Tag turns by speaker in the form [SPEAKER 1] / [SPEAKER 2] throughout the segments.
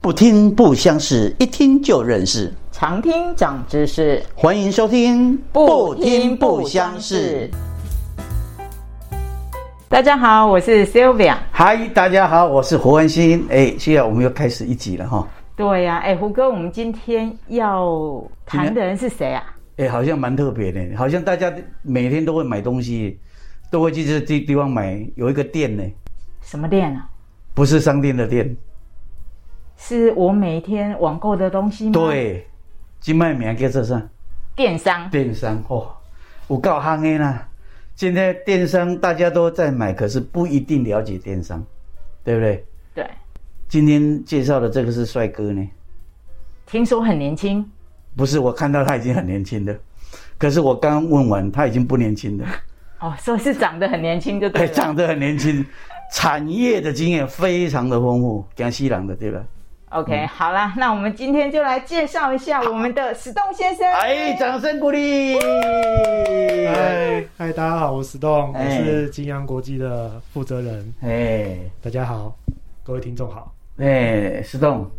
[SPEAKER 1] 不听不相识，一听就认识。
[SPEAKER 2] 常听长知识，
[SPEAKER 1] 欢迎收听《》。
[SPEAKER 2] 大家好，我是 Sylvia。
[SPEAKER 1] 嗨，大家好，我是胡文新。哎，现在我们又开始一集了哈。
[SPEAKER 2] 对呀、哎，胡哥，我们今天要谈的人是谁啊？
[SPEAKER 1] 哎，好像蛮特别的，好像大家每天都会买东西，都会去这地地方买。有一个店呢，
[SPEAKER 2] 什么店啊？
[SPEAKER 1] 不是商店的店，
[SPEAKER 2] 是我每天网购的东西吗？，
[SPEAKER 1] 对，金麦名叫做啥？
[SPEAKER 2] 电商。
[SPEAKER 1] 电商哦，有够夯的啦！现在电商大家都在买，可是不一定了解电商，对不对？
[SPEAKER 2] 对，
[SPEAKER 1] 今天介绍的这个是帅哥呢，
[SPEAKER 2] 听说很年轻，
[SPEAKER 1] 不是我看到他已经很年轻了，可是我刚问完他已经不年轻了，
[SPEAKER 2] 哦，说是长得很年轻就对啊
[SPEAKER 1] 哎，
[SPEAKER 2] 了。
[SPEAKER 1] 长得很年轻，产业的经验非常的丰富，江西郎的对吧？
[SPEAKER 2] OK，、好啦，那我们今天就来介绍一下我们的史栋先生。
[SPEAKER 1] 哎，掌声鼓励！
[SPEAKER 3] 嗨嗨，大家好，我是石栋，我
[SPEAKER 1] 哎
[SPEAKER 3] 是金阳国际的负责人。
[SPEAKER 1] 哎。
[SPEAKER 3] 大家好，各位听众好。
[SPEAKER 1] 哎，石栋，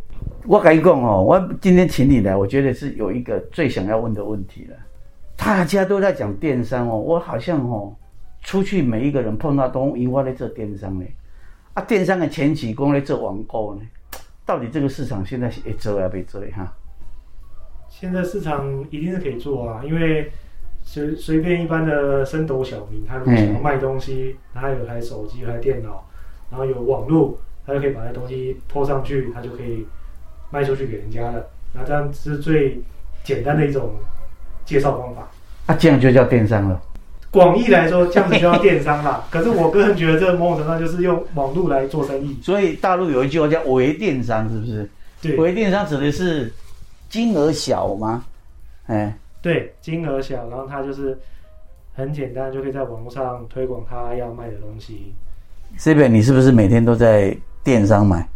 [SPEAKER 1] 我跟你讲哦，我今天请你来，我觉得是有一个最想要问的问题了。大家都在讲电商哦，我好像哦，出去每一个人碰到都因为我在做电商呢。啊，电商的前期讲在做网购呢，到底这个市场现在是会做还没做哈？
[SPEAKER 3] 现在市场一定是可以做啊，因为随随便一般的升斗小民，他如果想要卖东西，他有台手机，有台电脑，然后有网络，他就可以把那东西拖上去，他就可以卖出去给人家了。那这样是最简单的一种介绍方法。
[SPEAKER 1] 啊，这样就叫电商了。
[SPEAKER 3] 广义来说，这样子就叫电商啦。可是我个人觉得，这某种程度上就是用网络来做生意。
[SPEAKER 1] 所以大陆有一句话叫“微电商”，是不是？
[SPEAKER 3] 对
[SPEAKER 1] 微电商指的是金额小吗？哎，
[SPEAKER 3] 对，金额小，然后它就是很简单，就可以在网络上推广他要卖的东西。
[SPEAKER 1] 这边你是不是每天都在电商买？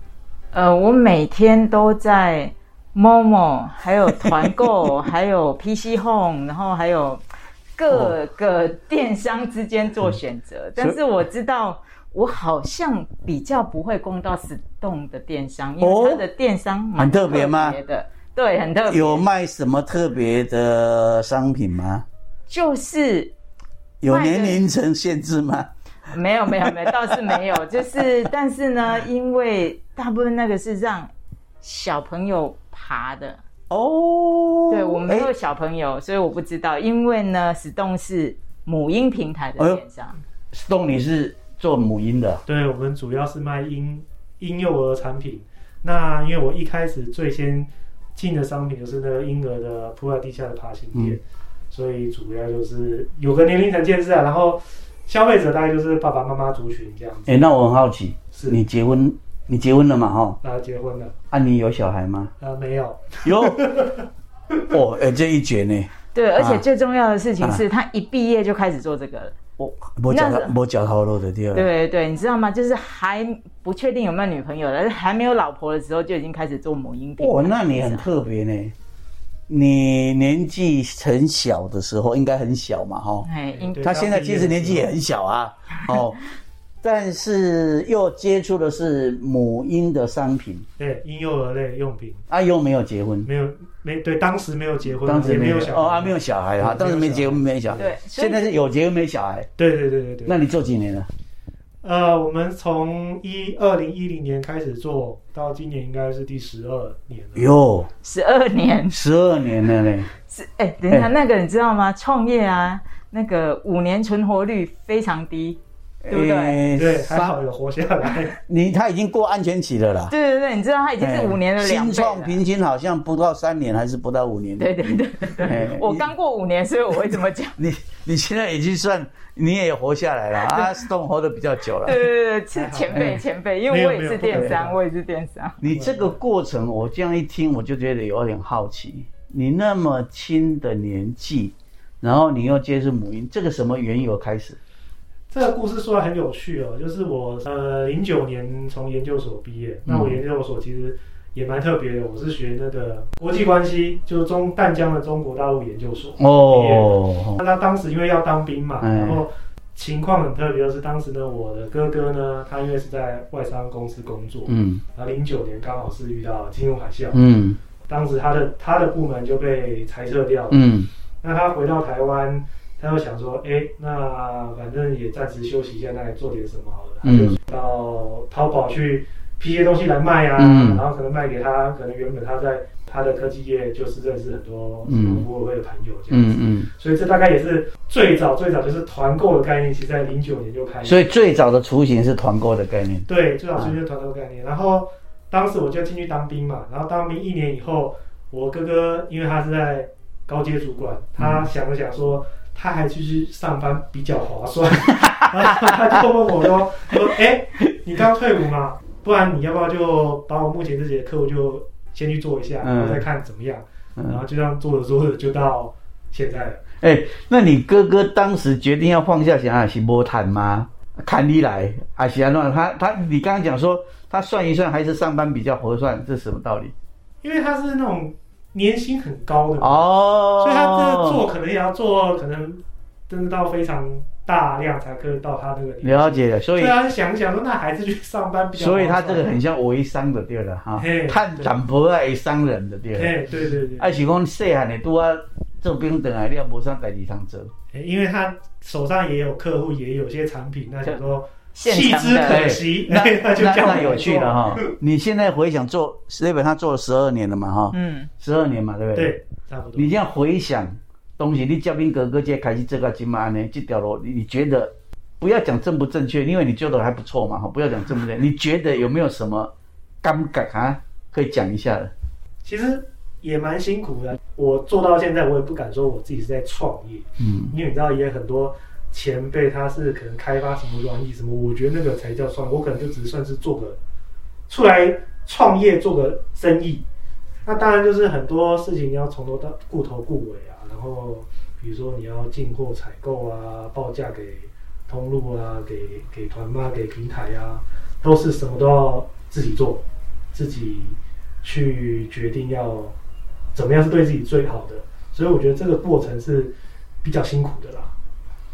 [SPEAKER 2] 呃，我每天都在 Momo，还有团购，还有 PC Home，然后还有
[SPEAKER 1] 哦
[SPEAKER 2] 各个电商之间做选择。
[SPEAKER 1] 嗯
[SPEAKER 2] 但是我知道，我好像比较不会逛到死洞的电商，因
[SPEAKER 1] 哦
[SPEAKER 2] 为它的电商蛮
[SPEAKER 1] 很特别吗
[SPEAKER 2] 特的对，很特别。
[SPEAKER 1] 有卖什么特别的商品吗？
[SPEAKER 2] 就是
[SPEAKER 1] 有
[SPEAKER 2] 卖的
[SPEAKER 1] 年龄层限制吗？
[SPEAKER 2] 没有没有没有，倒是 没有，就是但是呢，因为大部分那个是让小朋友爬的。
[SPEAKER 1] 哦，
[SPEAKER 2] 对我没有
[SPEAKER 1] 哎
[SPEAKER 2] 小朋友，所以我不知道。因为呢，史栋是母婴平台
[SPEAKER 1] 哎
[SPEAKER 2] 的
[SPEAKER 1] 呦
[SPEAKER 2] 电商，
[SPEAKER 1] Stone，你是做母婴的，
[SPEAKER 3] 对我们主要是卖婴婴幼儿产品。那因为我一开始最先进的商品就是那个婴儿的铺在地下的爬行
[SPEAKER 1] 嗯
[SPEAKER 3] 垫，所以主要就是有个年龄层限制啊。然后消费者大概就是爸爸妈妈族群这样子。
[SPEAKER 1] 哎，那我很好奇，
[SPEAKER 3] 是
[SPEAKER 1] 你结婚，你结婚了嘛？哈，
[SPEAKER 3] 然后结婚了，
[SPEAKER 1] 啊，你有小孩吗？
[SPEAKER 3] 呃，没有，
[SPEAKER 1] 有， 哦，哎，这一绝呢，
[SPEAKER 2] 对，而且
[SPEAKER 1] 啊
[SPEAKER 2] 最重要的事情是他一毕业就开始做这个了。
[SPEAKER 1] 我我脚
[SPEAKER 2] 那是
[SPEAKER 1] 我脚头肉的第二，
[SPEAKER 2] 对对，你知道吗？就是还不确定有没有女朋友，但是还没有老婆的时候就已经开始做母婴平台。
[SPEAKER 1] 哇，哦那你很特别呢，你年纪很小的时候应该很小嘛，哈，
[SPEAKER 2] 哎，应
[SPEAKER 3] 对
[SPEAKER 1] 他现在其实年纪也很小啊，哦，但是又接触的是母婴的商品，
[SPEAKER 3] 对婴幼儿类用品。
[SPEAKER 1] 啊，又没有结婚，
[SPEAKER 3] 没有，没对，当时没有结婚，
[SPEAKER 1] 当时
[SPEAKER 3] 也没
[SPEAKER 1] 没有
[SPEAKER 3] 有小
[SPEAKER 1] 哦，
[SPEAKER 3] 孩
[SPEAKER 1] 啊，没有小孩啊，
[SPEAKER 3] 对
[SPEAKER 1] 当时没结婚，没小孩，
[SPEAKER 2] 对所以
[SPEAKER 1] 现在是有结婚没小孩，
[SPEAKER 3] 对对对对对。
[SPEAKER 1] 那你做几年了？
[SPEAKER 3] 呃，我们从一二零一零年开始做到今年，应该是第十二年了。
[SPEAKER 1] 哟，
[SPEAKER 2] 十二年
[SPEAKER 1] 十二年了嘞，
[SPEAKER 2] 是哎，等一下
[SPEAKER 1] 哎
[SPEAKER 2] 那个你知道吗？创业啊，那个五年存活率非常低，对不对？
[SPEAKER 1] 诶
[SPEAKER 3] 对，还
[SPEAKER 1] 三
[SPEAKER 3] 好有活下来。
[SPEAKER 1] 你他已经过安全期了啦，
[SPEAKER 2] 对对对，你知道他已经是
[SPEAKER 1] 诶
[SPEAKER 2] 五年的两
[SPEAKER 1] 哎新
[SPEAKER 2] 倍
[SPEAKER 1] 创
[SPEAKER 2] 了。
[SPEAKER 1] 平均好像不到三年，还是不到五年，
[SPEAKER 2] 对对对对
[SPEAKER 1] 哎
[SPEAKER 2] 对，我刚过五年，所以我会这么讲。
[SPEAKER 1] 你你现在已经算你也活下来了 啊，Stone 活得比较久了，
[SPEAKER 2] 对对对，是
[SPEAKER 3] 还好
[SPEAKER 2] 前辈
[SPEAKER 1] 哎
[SPEAKER 2] 前辈，因为
[SPEAKER 3] 没有
[SPEAKER 2] 我也
[SPEAKER 3] 没有
[SPEAKER 2] 是
[SPEAKER 3] 不可哦
[SPEAKER 2] 电商，
[SPEAKER 3] 能
[SPEAKER 2] 我也是电商。
[SPEAKER 1] 你这个过程，我这样一听，我就觉得有点好奇。你那么轻的年纪，然后你又接触母婴，这个什么缘由开始？
[SPEAKER 3] 这个故事说来很有趣哦，就是我呃零九年从研究所毕
[SPEAKER 1] 嗯
[SPEAKER 3] 业，那我研究所其实也蛮特别的，我是学那个国际关系，就是中淡江的中国大陆研究所。
[SPEAKER 1] 哦，
[SPEAKER 3] 那他当时因为要当兵嘛，
[SPEAKER 1] 嗯
[SPEAKER 3] 然后情况很特别，就是当时呢，我的哥哥呢，他因为是在外商公司工作，
[SPEAKER 1] 嗯
[SPEAKER 3] 然后零九年刚好是遇到金融海啸，
[SPEAKER 1] 嗯
[SPEAKER 3] 当时他的他的部门就被裁撤掉了。
[SPEAKER 1] 嗯
[SPEAKER 3] 那他回到台湾，他就想说，哎、那反正也暂时休息一下，那也做点什么好了。他就
[SPEAKER 1] 嗯
[SPEAKER 3] 到淘宝去批一些东西来卖啊，
[SPEAKER 1] 嗯
[SPEAKER 3] 然后可能卖给他，可能原本他在他的科技业就是认识很多什么
[SPEAKER 1] 嗯
[SPEAKER 3] 服务会的朋友这样子。
[SPEAKER 1] 嗯
[SPEAKER 3] 所以这大概也是最早最早就是团购的概念，其实在零九年就开
[SPEAKER 1] 嗯，
[SPEAKER 3] 始。
[SPEAKER 1] 所以最早的雏形是团购的概念。
[SPEAKER 3] 对，最早出现团购概念。然后当时我就进去当兵嘛，然后当兵一年以后，我哥哥因为他是在高阶主管，他想了想说，他还继续上班比较划算， 然后他就问我说，说哎、你刚退伍嘛，不然你要不要就把我目前这些客户就先去做一下，
[SPEAKER 1] 嗯
[SPEAKER 3] 然后再看怎么样。然
[SPEAKER 1] 嗯，
[SPEAKER 3] 后就这样做着做着就到现在了。
[SPEAKER 1] 哎、那你哥哥当时决定要放下想法啊是波坦吗？看你来啊，喜安乱他他，你刚刚讲说他算一算还是上班比较合算，这是什么道理？
[SPEAKER 3] 因为他是那种年薪很高的嘛
[SPEAKER 1] 哦，
[SPEAKER 3] 所以他这个做可能也要做，可能真的到非常大量才可以到他那个年纪。
[SPEAKER 1] 了解了，所
[SPEAKER 3] 所
[SPEAKER 1] 以
[SPEAKER 3] 以他想一想说，那还是去上班比较好。
[SPEAKER 1] 所以他这个很像微商的对了哈
[SPEAKER 3] 嘿，
[SPEAKER 1] 看淡薄啊会伤人的对了，
[SPEAKER 3] 哎，对对对，
[SPEAKER 1] 啊是讲细汉的拄啊做兵等来，你也无啥代志通做，
[SPEAKER 3] 哎因为他手上也有客户，也有些产品，那想说
[SPEAKER 2] 现
[SPEAKER 3] 弃
[SPEAKER 2] 成
[SPEAKER 3] 之
[SPEAKER 2] 的
[SPEAKER 3] 可惜，
[SPEAKER 1] 那
[SPEAKER 3] 哎 那就
[SPEAKER 1] 那
[SPEAKER 3] 这样
[SPEAKER 1] 那有趣了。哈。你现在回想做日本，他做了十二年了嘛哈，
[SPEAKER 2] 嗯，
[SPEAKER 1] 十二年嘛对不对？
[SPEAKER 3] 对，差不多
[SPEAKER 1] 你。这样回想，东西你嘉宾哥哥这开始这个金马呢这条路，你你觉得不要讲正不正确，因为你做的还不错嘛哈，不要讲正不正确，你觉得有没有什么尴尬啊？可以讲一下的，
[SPEAKER 3] 其实也蛮辛苦的。我做到现在，我也不敢说我自己是在创业，
[SPEAKER 1] 嗯
[SPEAKER 3] 因为你知道，也很多前辈他是可能开发什么软体什么，我觉得那个才叫创业，我可能就只算是做个出来创业做个生意。那当然就是很多事情你要从头到顾头顾尾啊，然后比如说你要进货采购啊，报价给通路啊，给给团妈给平台啊，都是什么都要自己做，自己去决定要怎么样是对自己最好的。所以我觉得这个过程是比较辛苦的啦，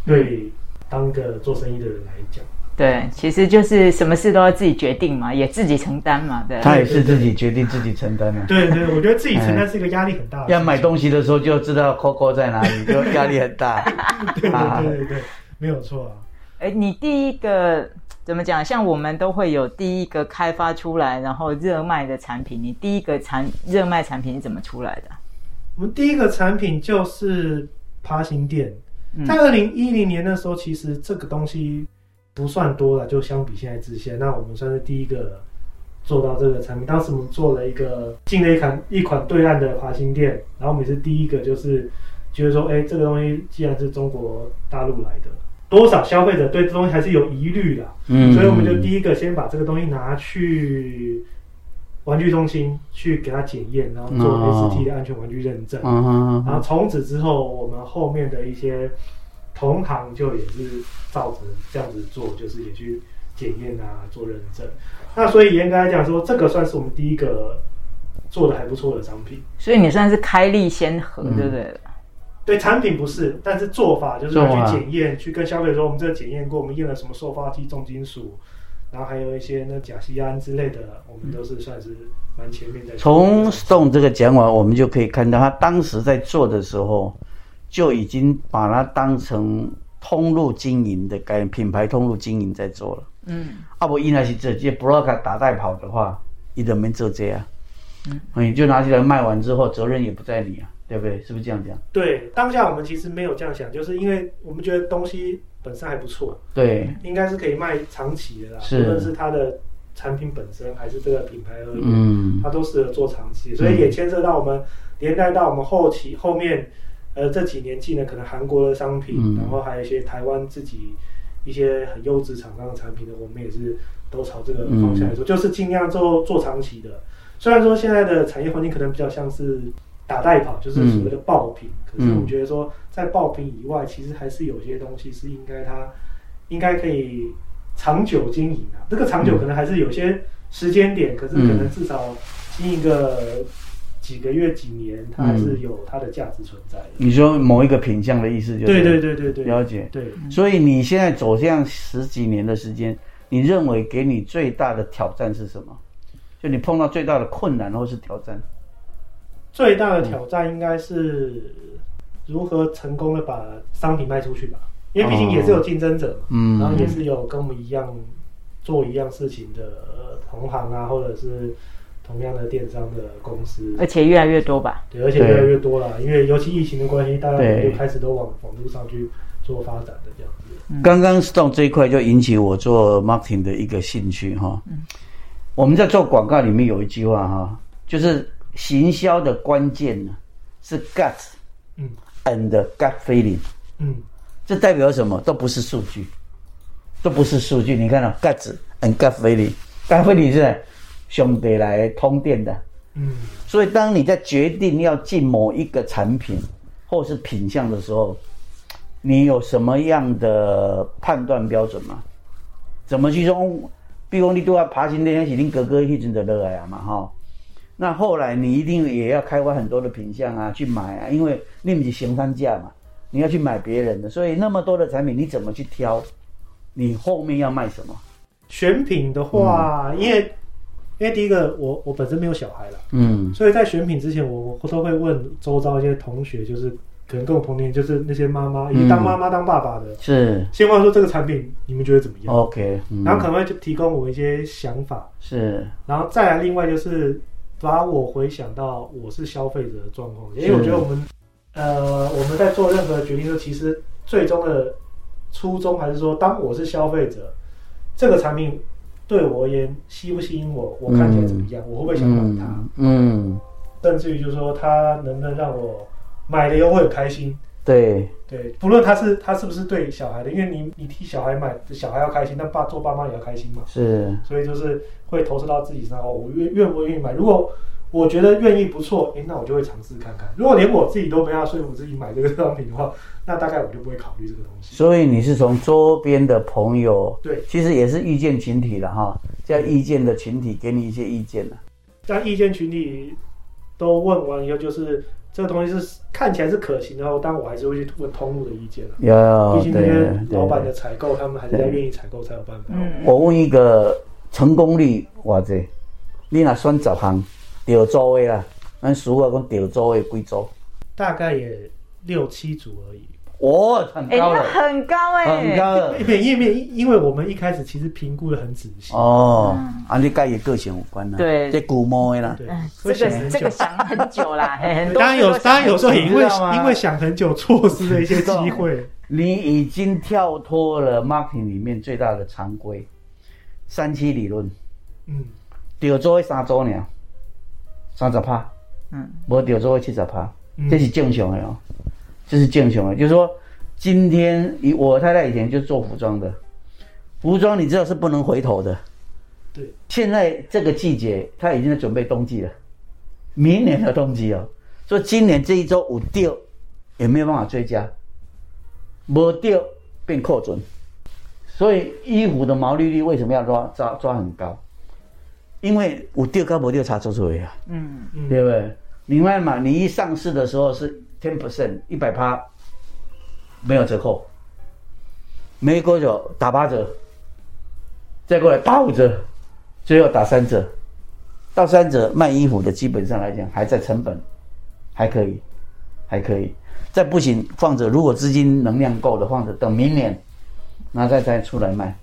[SPEAKER 3] 对当个做生意的人来讲。
[SPEAKER 2] 对，其实就是什么事都要自己决定嘛，也自己承担嘛，对。
[SPEAKER 1] 他也是自己决定自己承担的、
[SPEAKER 3] 对对，我觉得自己承担是一个压力很大的事情。
[SPEAKER 1] 哎要买东西的时候就知道 Coco 在哪 里，就压力很大。
[SPEAKER 3] 对
[SPEAKER 1] 啊
[SPEAKER 3] 对对对，没有错啊。
[SPEAKER 2] 哎，你第一个怎么讲？像我们都会有第一个开发出来，然后热卖的产品。你第一个产热卖产品是怎么出来的？
[SPEAKER 3] 我们第一个产品就是爬行垫，
[SPEAKER 2] 嗯
[SPEAKER 3] 在二零一零年的时候，其实这个东西不算多了，就相比现在之下，那我们算是第一个做到这个产品。当时我们做了一个进了一款一款对岸的爬行垫，然后我们也是第一个，就是觉得说，哎、这个东西既然是中国大陆来的，多少消费者对这东西还是有疑虑的，
[SPEAKER 1] 嗯
[SPEAKER 3] 所以我们就第一个先把这个东西拿去玩具中心去给它检验，然后
[SPEAKER 1] 哦
[SPEAKER 3] 做 ST 的安全玩具认证。
[SPEAKER 1] 嗯
[SPEAKER 3] 然后从此之后，我们后面的一些同行就也是照着这样子做，就是也去检验啊，做认证。那所以严格来讲说，这个算是我们第一个做的还不错的商品。
[SPEAKER 2] 所以你算是开立先河，
[SPEAKER 3] 嗯
[SPEAKER 2] 对不对？
[SPEAKER 3] 对产品不是，但是做法就是
[SPEAKER 1] 做法
[SPEAKER 3] 要去检验，去跟消费者说我们这个检验过，我们验了什么塑化剂、重金属，然后还有一些那甲酰胺之类的，我们都是算是蛮前面的。
[SPEAKER 1] 从 Stone 这个讲法，我们就可以看到，他当时在做的时候，就已经把它当成通路经营的概念，品牌通路经营在做了。
[SPEAKER 2] 嗯，
[SPEAKER 1] 啊不，伊那是直接 block 打带跑的话，伊都没做这样、
[SPEAKER 2] 嗯
[SPEAKER 1] 嗯，你就拿起来卖完之后，责任也不在你啊，对不对？是不是这样讲？
[SPEAKER 3] 对当下我们其实没有这样想，就是因为我们觉得东西本身还不错，
[SPEAKER 1] 对，
[SPEAKER 3] 应该是可以卖长期的啦，
[SPEAKER 1] 是
[SPEAKER 3] 无论是它的产品本身还是这个品牌而言，
[SPEAKER 1] 嗯
[SPEAKER 3] 它都适合做长期，所以也牵涉到我们连带到我们后期后面，呃，这几年进的可能韩国的商品，
[SPEAKER 1] 嗯
[SPEAKER 3] 然后还有一些台湾自己一些很优质厂商的产品呢，我们也是都朝这个方向来
[SPEAKER 1] 嗯
[SPEAKER 3] 做，就是尽量做做长期的。虽然说现在的产业环境可能比较像是打代跑，就是所谓的爆品，
[SPEAKER 1] 嗯
[SPEAKER 3] 可是我们觉得说在爆品以外，其实还是有些东西是应该它应该可以长久经营
[SPEAKER 1] 嗯
[SPEAKER 3] 啊。这个长久可能还是有些时间点，可是可能至少经营个几个月、几年，它还是有它的价值存在的。
[SPEAKER 1] 你说某一个品相的意思就是
[SPEAKER 3] 对对对对对，
[SPEAKER 1] 嗯了解。
[SPEAKER 3] 对，
[SPEAKER 1] 所以你现在走向十几年的时间，你认为给你最大的挑战是什么？就你碰到最大的困难或是挑战？
[SPEAKER 3] 最大的挑战应该是如何成功的把商品卖出去吧，因为毕竟也是有竞争者嘛，
[SPEAKER 1] 嗯
[SPEAKER 3] 然后也是有跟我们一样做一样事情的呃同行啊，或者是同样的电商的公司，
[SPEAKER 2] 而且越来越多吧。
[SPEAKER 3] 对，而且
[SPEAKER 1] 哎对
[SPEAKER 3] 越来越多了，因为尤其疫情的关系，大家可能
[SPEAKER 1] 对
[SPEAKER 3] 就开始都往网络上去做发展的这样子。
[SPEAKER 1] 刚刚 Stone 这一块就引起我做 marketing 的一个兴趣哈。我们在做广告里面有一句话哈，就是行销的关键呢是 gut
[SPEAKER 3] 嗯
[SPEAKER 1] and gut feeling。
[SPEAKER 3] 嗯，
[SPEAKER 1] 这代表什么？都不是数据，都不是数据。你看啊、g u t and gut feeling，gut feeling 是兄弟来通电的。
[SPEAKER 3] 嗯，
[SPEAKER 1] 所以，当你在决定要进某一个产品或是品相的时候，你有什么样的判断标准吗？怎么去说？哦比如说你对外爬行那天是你哥哥一直的热爱啊嘛哈。那后来你一定也要开发很多的品相啊，去买啊，因为你们是行商价嘛，你要去买别人的，所以那么多的产品，你怎么去挑？你后面要卖什么？
[SPEAKER 3] 选品的话，因为因为第一个我我本身没有小孩啦，
[SPEAKER 1] 嗯，
[SPEAKER 3] 所以在选品之前，我我都会问周遭一些同学，就是可能跟我同龄，就是那些妈妈，以及当妈妈当爸爸的，
[SPEAKER 1] 是
[SPEAKER 3] 先问说这个产品你们觉得怎么样，
[SPEAKER 1] OK，嗯，
[SPEAKER 3] 然后可能会就提供我一些想法，
[SPEAKER 1] 是
[SPEAKER 3] 然后再来另外就是把我回想到我是消费者的状况，因
[SPEAKER 1] 是
[SPEAKER 3] 为我觉得我们呃我们在做任何决定的时候，其实最终的初衷还是说，当我是消费者，这个产品对我而言吸不吸引我，我看起来怎么样，我会不会想买它。
[SPEAKER 1] 嗯嗯，
[SPEAKER 3] 甚至于就是说他能不能让我买了以后会很开心。
[SPEAKER 1] 对。
[SPEAKER 3] 对，不论他是他是不是对小孩的，因为你你替小孩买，小孩要开心，那爸做爸妈也要开心嘛，
[SPEAKER 1] 是，
[SPEAKER 3] 所以就是会投射到自己身上。哦，我愿愿不愿意买？如果我觉得愿意不错，诶，那我就会尝试看看。如果连我自己都没办法说服自己买这个商品的话， 那大概我就不会考虑这个东西。
[SPEAKER 1] 所以你是从周边的朋友，
[SPEAKER 3] 对，
[SPEAKER 1] 其实也是意见群体了哈，叫意见的群体给你一些意见啊了。
[SPEAKER 3] 在意见群里都问完以后，就是这个东西是看起来是可行的，然后但我还是会去问通路的意见啊
[SPEAKER 1] 有
[SPEAKER 3] 毕竟这
[SPEAKER 1] 哦对
[SPEAKER 3] 些老板
[SPEAKER 1] 对。
[SPEAKER 3] 的采购，他们还是要愿意采购才有办法。
[SPEAKER 2] 嗯，
[SPEAKER 1] 我问一个成功率哇这，你若选十项，掉周位啦，咱俗话讲掉周位几周，
[SPEAKER 3] 大概也六七组而已。
[SPEAKER 1] 哦，很
[SPEAKER 2] 哎、
[SPEAKER 1] 高
[SPEAKER 2] 那
[SPEAKER 1] 了，啊
[SPEAKER 2] 很高哎、
[SPEAKER 1] 很高了。
[SPEAKER 3] 因为因为因为我们一开始其实评估的很仔细，
[SPEAKER 1] 哦，啊，你跟伊个性有关啦，
[SPEAKER 2] 对
[SPEAKER 1] 这古猫的啦，
[SPEAKER 3] 对
[SPEAKER 2] 哎，
[SPEAKER 3] 会
[SPEAKER 2] 这
[SPEAKER 3] 想
[SPEAKER 2] 个
[SPEAKER 3] 很
[SPEAKER 2] 这
[SPEAKER 3] 久
[SPEAKER 2] 个。想很久啦，嘿 很多
[SPEAKER 3] 当然
[SPEAKER 2] 事
[SPEAKER 3] 有
[SPEAKER 2] 都，想
[SPEAKER 3] 当然有时候也因为
[SPEAKER 1] 你知道吗
[SPEAKER 3] 因为想很久错失了 一些机会。
[SPEAKER 1] 你已经跳脱了 marketing 里面最大的常规，三期理论。
[SPEAKER 3] 嗯，
[SPEAKER 1] 钓做的三组尔，三十趴，
[SPEAKER 2] 嗯，
[SPEAKER 1] 无钓做的七十趴，
[SPEAKER 3] 嗯
[SPEAKER 1] 这是正常的哦，这是正常的。就是说，今天以我太太以前就做服装的，服装你知道是不能回头的。
[SPEAKER 3] 对，
[SPEAKER 1] 现在这个季节，她已经在准备冬季了，明年的冬季哦，所以今年这一周有钓，也没有办法追加，无钓变扣准。所以衣服的毛利率为什么要抓抓抓很高？因为有钓跟无钓差做出来啊，
[SPEAKER 2] 嗯，
[SPEAKER 3] 嗯
[SPEAKER 1] 对不对？另外嘛，你一上市的时候是 ten percent 一百趴，没有折扣，没多久打八折，再过来打五折，最后打三折，到三折卖衣服的基本上来讲还在成本，还可以，还可以，再不行放着，如果资金能量够的放着，等明年，然后再再出来卖。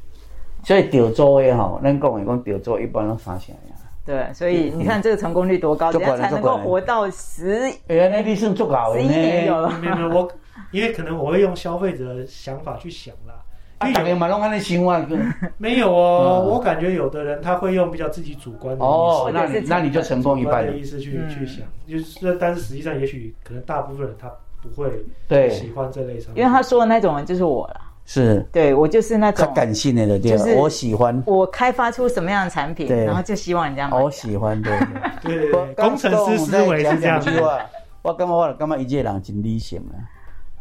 [SPEAKER 1] 所以钓租的吼，咱讲的讲钓租一般拢三成呀。
[SPEAKER 2] 对，所以你看这个成功率多高，
[SPEAKER 1] 就
[SPEAKER 2] 人
[SPEAKER 1] 管
[SPEAKER 2] 家
[SPEAKER 1] 了
[SPEAKER 2] 才能
[SPEAKER 1] 就
[SPEAKER 2] 够
[SPEAKER 1] 管了
[SPEAKER 2] 活到十
[SPEAKER 1] 哎呀，那你算足够
[SPEAKER 2] 十
[SPEAKER 1] 的
[SPEAKER 2] 一年有
[SPEAKER 1] 呢。
[SPEAKER 2] 了。
[SPEAKER 3] 没有没有，我因为可能我会用消费者的想法去想啦。
[SPEAKER 1] 啊，
[SPEAKER 3] 因
[SPEAKER 1] 大
[SPEAKER 3] 为
[SPEAKER 1] 家
[SPEAKER 3] 有
[SPEAKER 1] 嘛拢安尼想啊。
[SPEAKER 3] 没有哦，
[SPEAKER 1] 嗯
[SPEAKER 3] 我感觉有的人他会用比较自己主观的
[SPEAKER 1] 哦
[SPEAKER 3] 意，
[SPEAKER 1] 那你那你就成功
[SPEAKER 3] 思、
[SPEAKER 1] 一
[SPEAKER 3] 主观
[SPEAKER 1] 半
[SPEAKER 3] 的
[SPEAKER 1] 了。
[SPEAKER 3] 意思去
[SPEAKER 2] 嗯
[SPEAKER 3] 去想，就是但是实际上也许可能大部分人他不会
[SPEAKER 1] 对，
[SPEAKER 3] 喜欢这类商品，
[SPEAKER 2] 因为他说的那种人就是我了，
[SPEAKER 1] 是
[SPEAKER 2] 对我就是那
[SPEAKER 1] 他
[SPEAKER 2] 种
[SPEAKER 1] 感性的对了
[SPEAKER 2] 就是
[SPEAKER 1] 我喜 欢，
[SPEAKER 2] 我开发出什么样的产品，
[SPEAKER 1] 对哦
[SPEAKER 2] 然后就希望人家买。
[SPEAKER 1] 我喜欢对。
[SPEAKER 3] 对 对对，工程师思维是这样
[SPEAKER 1] 子。
[SPEAKER 3] 的。
[SPEAKER 1] 我感觉我感觉一介人真理 性啊。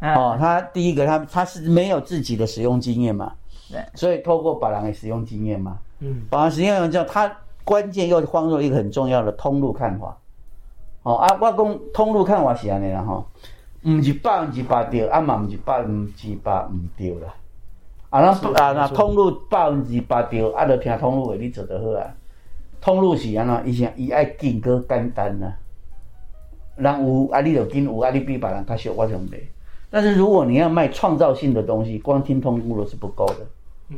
[SPEAKER 2] 嗯，
[SPEAKER 1] 哦，他第一个他他是没有自己的使用经验嘛，
[SPEAKER 2] 对，
[SPEAKER 1] 所以透过把人的使用经验嘛，
[SPEAKER 3] 嗯
[SPEAKER 1] 啊把人使用经验之后，他关键又放入一个很重要的通路看法。哦啊，我讲通路看法是安尼啦吼，毋是百分之百对，啊嘛毋是百分之百毋对啦。啊，
[SPEAKER 3] 是
[SPEAKER 1] 咱啊，
[SPEAKER 3] 没
[SPEAKER 1] 那
[SPEAKER 3] 错
[SPEAKER 1] 通路百分之百对，啊，就听通路的，你做就好啊。通路是安怎，伊是伊爱紧搁简单啦、人有啊，你就紧有啊，你比别人较俗，我就袂。但是如果你要卖创造性的东西，光听通路是不够的。
[SPEAKER 3] 嗯，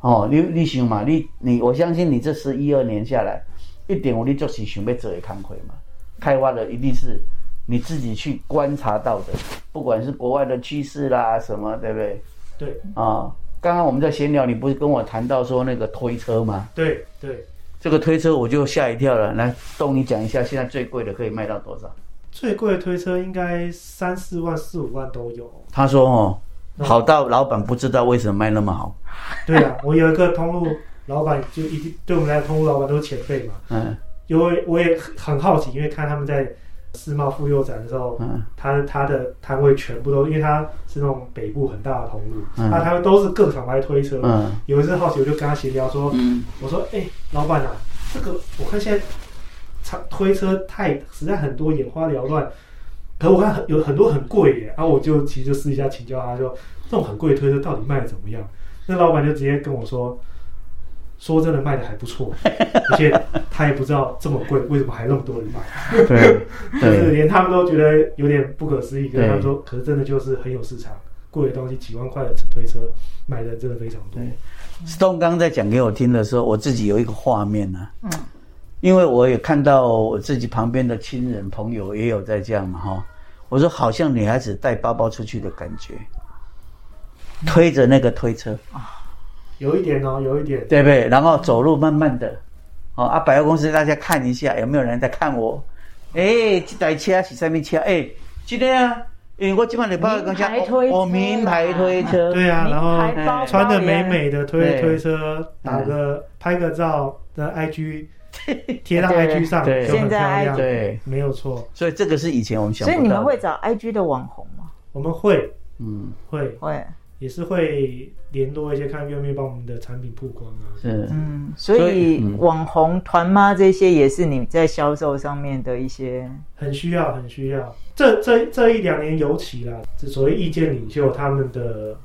[SPEAKER 1] 哦，你你想嘛，你你我相信你这十一二年下来，一点有你就是想要做的康亏嘛，开发的一定是你自己去观察到的，不管是国外的趋势啦什么，对不对？
[SPEAKER 3] 对
[SPEAKER 1] 啊、刚刚我们在闲聊，你不是跟我谈到说那个推车吗？
[SPEAKER 3] 对对，
[SPEAKER 1] 这个推车我就吓一跳了。来，东，你讲一下，现在最贵的可以卖到多少？
[SPEAKER 3] 最贵的推车应该三四万、四五万都有。
[SPEAKER 1] 他说哦，好到老板不知道为什么卖那么好。
[SPEAKER 3] 对啊，我有一个通路老板，就一定对我们来讲，通路老板都是前辈嘛。
[SPEAKER 1] 嗯
[SPEAKER 3] 因为我也很好奇，因为看他们在世贸妇幼展的时候，
[SPEAKER 1] 嗯
[SPEAKER 3] 他他的摊位全部都，因为他是那种北部很大的通路，啊
[SPEAKER 1] 嗯
[SPEAKER 3] 他摊位都是各厂牌推车。
[SPEAKER 1] 嗯
[SPEAKER 3] 有一次好奇，我就跟他闲聊说，
[SPEAKER 1] 嗯
[SPEAKER 3] 我说：“哎、老板啊，这个我看现在厂推车太实在很多眼花缭乱，可我看很有很多很贵耶。”然后我就其实就私底下请教他说：“这种很贵的推车到底卖的怎么样？”那老板就直接跟我说：“说真的，卖的还不 错，而且他也不知道这么贵，为什么还那么多人买？
[SPEAKER 1] 对
[SPEAKER 3] 就是
[SPEAKER 1] 对
[SPEAKER 3] 连他们都觉得有点不可思议。跟
[SPEAKER 1] 对
[SPEAKER 3] 他们说，可是真的就是很有市场，贵的东西几万块的推车买的人真的非常多。
[SPEAKER 1] 对，Stone 刚刚在讲给我听的时候，我自己有一个画面呢、啊。
[SPEAKER 2] 嗯，
[SPEAKER 1] 因为我也看到我自己旁边的亲人朋友也有在这样嘛哈，我说好像女孩子带包包出去的感觉，推着那个推车，
[SPEAKER 3] 有一点哦，有一点。”
[SPEAKER 1] 对不对？然后走路慢慢的，哦啊，百货公司大家看一下有没有人在看我，哎，这台车是什么车？哎，今天啊，因为我今晚礼拜
[SPEAKER 2] 名牌推车啊
[SPEAKER 1] 我哦名牌推车，
[SPEAKER 3] 对啊，然后
[SPEAKER 2] 名牌包包
[SPEAKER 3] 穿的美美的推
[SPEAKER 1] 对
[SPEAKER 3] 推车，打个拍个照的 IG 贴到
[SPEAKER 2] 对
[SPEAKER 3] IG 上，
[SPEAKER 1] 对
[SPEAKER 3] 就
[SPEAKER 2] 现
[SPEAKER 3] 很漂
[SPEAKER 2] 在 IG
[SPEAKER 3] 亮。
[SPEAKER 1] 对，
[SPEAKER 3] 没有错，
[SPEAKER 1] 所以这个是以前我们想
[SPEAKER 2] 所
[SPEAKER 1] 不到的，
[SPEAKER 2] 以你们会找 IG 的网红吗？
[SPEAKER 3] 我们会
[SPEAKER 1] 嗯
[SPEAKER 3] 会
[SPEAKER 2] 会，
[SPEAKER 3] 也是会联络一些，看愿不愿意帮我们的产品曝光啊。
[SPEAKER 1] 是
[SPEAKER 2] 嗯，所
[SPEAKER 1] 所以
[SPEAKER 2] 以
[SPEAKER 1] 嗯
[SPEAKER 2] 网红、团妈这些也是你在销售上面的一些，
[SPEAKER 3] 很需要，很需要。这这这一两年尤其啦，这所谓意见领袖他们的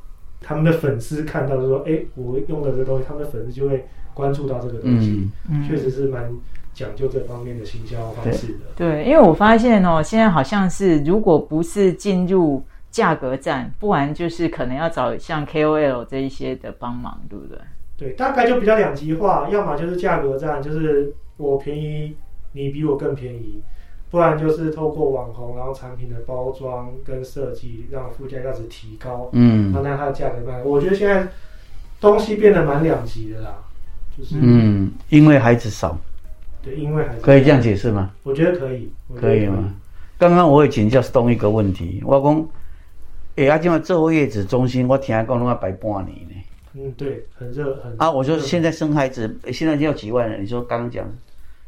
[SPEAKER 3] 他们的粉丝看到说，哎，我用了这个东西，他们的粉丝就会关注到这个东西，
[SPEAKER 1] 嗯
[SPEAKER 2] 嗯，
[SPEAKER 3] 确实是蛮讲究这方面的行销方式的。
[SPEAKER 2] 对，因为我发现哦，现在好像是如果不是进入价格战，不然就是可能要找像 KOL 这一些的帮忙，对不对？
[SPEAKER 3] 对，大概就比较两极化，要么就是价格战，就是我便宜，你比我更便宜；不然就是透过网红，然后产品的包装跟设计，让附加价值提高，
[SPEAKER 1] 嗯
[SPEAKER 3] 然后让它的价格卖。我觉得现在东西变得蛮两极的啦，就是、
[SPEAKER 1] 嗯，因为孩子少，
[SPEAKER 3] 对，因为还是
[SPEAKER 1] 可以这样解释吗？
[SPEAKER 3] 我觉得可以，我觉得
[SPEAKER 1] 可以吗？？刚刚我也请教 Stone 一个问题，我讲，哎、欸，啊，今晚这后月子中心，我听讲拢要摆半年呢。
[SPEAKER 3] 嗯，对，很热很
[SPEAKER 1] 啊，我说
[SPEAKER 3] 热
[SPEAKER 1] 现在生孩子，欸现在要几万人？你说刚刚讲，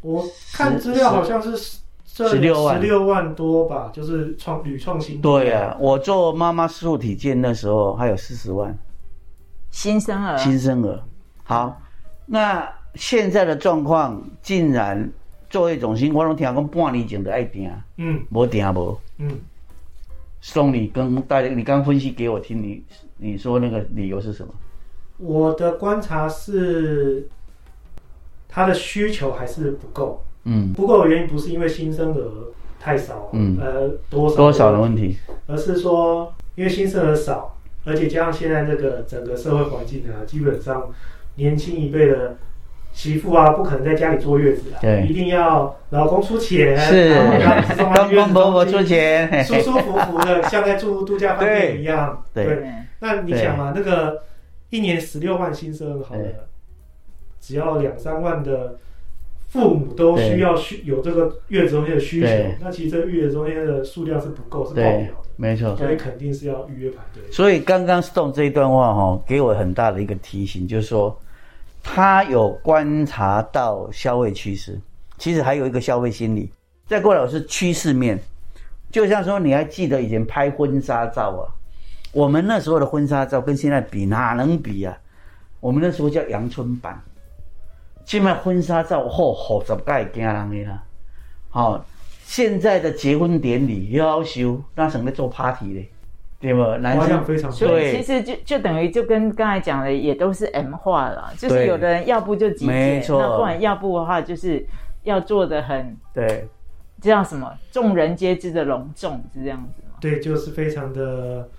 [SPEAKER 3] 我看资料好像是
[SPEAKER 1] 16万
[SPEAKER 3] 十六万多吧，就是创屡创新低。
[SPEAKER 1] 对啊，我做妈妈术体健那时候还有四十万
[SPEAKER 2] 新生儿，啊
[SPEAKER 1] 新生儿。好，那现在的状况竟然作为中心，我拢听讲半年前就爱定，
[SPEAKER 3] 嗯
[SPEAKER 1] 无定无。
[SPEAKER 3] 嗯。
[SPEAKER 1] Stone，你跟大家，你刚分析给我听，你你说那个理由是什么？
[SPEAKER 3] 我的观察是，他的需求还是不够。
[SPEAKER 1] 嗯，
[SPEAKER 3] 不够的原因不是因为新生儿太少，
[SPEAKER 1] 嗯
[SPEAKER 3] 呃，多少
[SPEAKER 1] 多少的问题？
[SPEAKER 3] 而是说因为新生儿少，而且加上现在这个整个社会环境啊，基本上年轻一辈的媳妇啊，不可能在家里坐月子啊，
[SPEAKER 1] 对
[SPEAKER 3] 一定要老公出钱，
[SPEAKER 1] 是
[SPEAKER 3] 然后让
[SPEAKER 1] 公公婆婆
[SPEAKER 3] 婆
[SPEAKER 1] 出，钱，嘿
[SPEAKER 3] 舒
[SPEAKER 1] 嘿
[SPEAKER 3] 舒服服的，像在住度假饭店一样，
[SPEAKER 1] 对
[SPEAKER 3] 对。
[SPEAKER 2] 对，
[SPEAKER 3] 那你想嘛，那个一年十六万新生儿好
[SPEAKER 1] 对
[SPEAKER 3] 了，只要两三万的父母都需要需有这个月子中心的需求
[SPEAKER 1] 对，
[SPEAKER 3] 那其实这个月子中心的数量是不够，是爆
[SPEAKER 1] 对
[SPEAKER 3] 表，
[SPEAKER 1] 没
[SPEAKER 3] 的，
[SPEAKER 1] 错。
[SPEAKER 3] 所以肯定是要预约排队。
[SPEAKER 1] 所以刚刚 Stone 这一段话哈、哦，给我很大的一个提醒，就是说他有观察到消费趋势，其实还有一个消费心理。再过来是趋势面，就像说你还记得以前拍婚纱照啊，我们那时候的婚纱照跟现在比哪能比啊？我们那时候叫阳春版，现在婚纱照嚯，好十个会惊人的啦。好、现在的结婚典礼要求那省在做 party 嘞，对不？男
[SPEAKER 3] 花
[SPEAKER 1] 生
[SPEAKER 3] 样非常多
[SPEAKER 1] 对
[SPEAKER 2] 所以其实就就等于就跟刚才讲的，也都是 M 化了，就是
[SPEAKER 1] 对
[SPEAKER 2] 有的人要不就极
[SPEAKER 1] 没
[SPEAKER 2] 简，
[SPEAKER 1] 错
[SPEAKER 2] 那不然要不的话就是要做的很
[SPEAKER 1] 对
[SPEAKER 2] 这样什么众人皆知的隆重，是这样子吗？
[SPEAKER 3] 对，就是非常的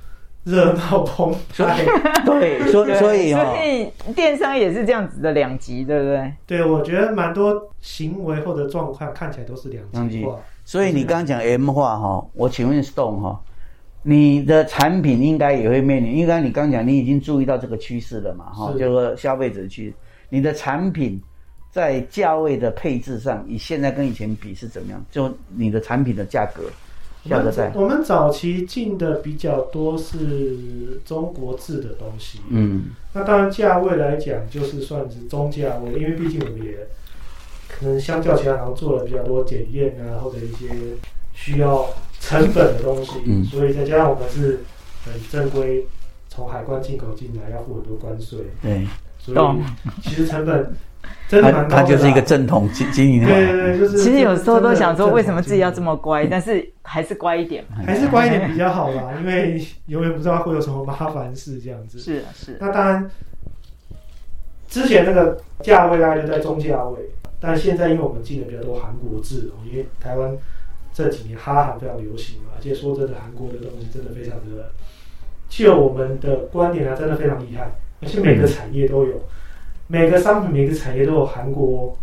[SPEAKER 3] 热闹澎
[SPEAKER 1] 所
[SPEAKER 3] 湃。
[SPEAKER 1] 对，所以
[SPEAKER 2] 对
[SPEAKER 1] 所以哦
[SPEAKER 2] 所，以电商也是这样子的两极，对不对？
[SPEAKER 3] 对，我觉得蛮多行为或者状况看起来都是两极化。
[SPEAKER 1] 所以你刚刚讲 M 化哈、我请问 Stone 哈、你的产品应该也会面临，应该你刚讲你已经注意到这个趋势了嘛哈、
[SPEAKER 3] 是
[SPEAKER 1] 就是说消费者趋势，你的产品在价位的配置上，你现在跟以前比是怎么样？就你的产品的价格，
[SPEAKER 3] 我
[SPEAKER 1] 价格
[SPEAKER 3] 们
[SPEAKER 1] 在
[SPEAKER 3] 早我们早期进的比较多是中国制的东西，
[SPEAKER 1] 嗯
[SPEAKER 3] 那当然价位来讲就是算是中价位，因为毕竟我们也可能相较其他行做了比较多检验啊，或者一些需要成本的东西，
[SPEAKER 1] 嗯
[SPEAKER 3] 所以再加上我们是很正规，从海关进口进来要付很多关税，
[SPEAKER 1] 对，
[SPEAKER 3] 所
[SPEAKER 2] 懂
[SPEAKER 3] 以其实成本真的蛮高的
[SPEAKER 1] 它
[SPEAKER 3] 啦
[SPEAKER 1] 就是一个正统经经营法。
[SPEAKER 3] 对对对，就是
[SPEAKER 2] 其实有时候都想说，为什么自己要这
[SPEAKER 3] 么。
[SPEAKER 2] 么乖？但是还是乖一点嘛。
[SPEAKER 3] 还是乖一点比较好啦，因为永远不知道会有什么麻烦事这样子。
[SPEAKER 2] 是啊，是啊，
[SPEAKER 3] 那当然，之前那个价位大概就在中价位，但现在因为我们进的比较多韩国制哦，因为台湾这几年哈韩非常流行嘛，而且说真的，韩国的东西真的非常的，就我们的观点啊，真的非常厉害，而且
[SPEAKER 1] 嗯
[SPEAKER 3] 每个产业都有，每个商品每个产业都有韩国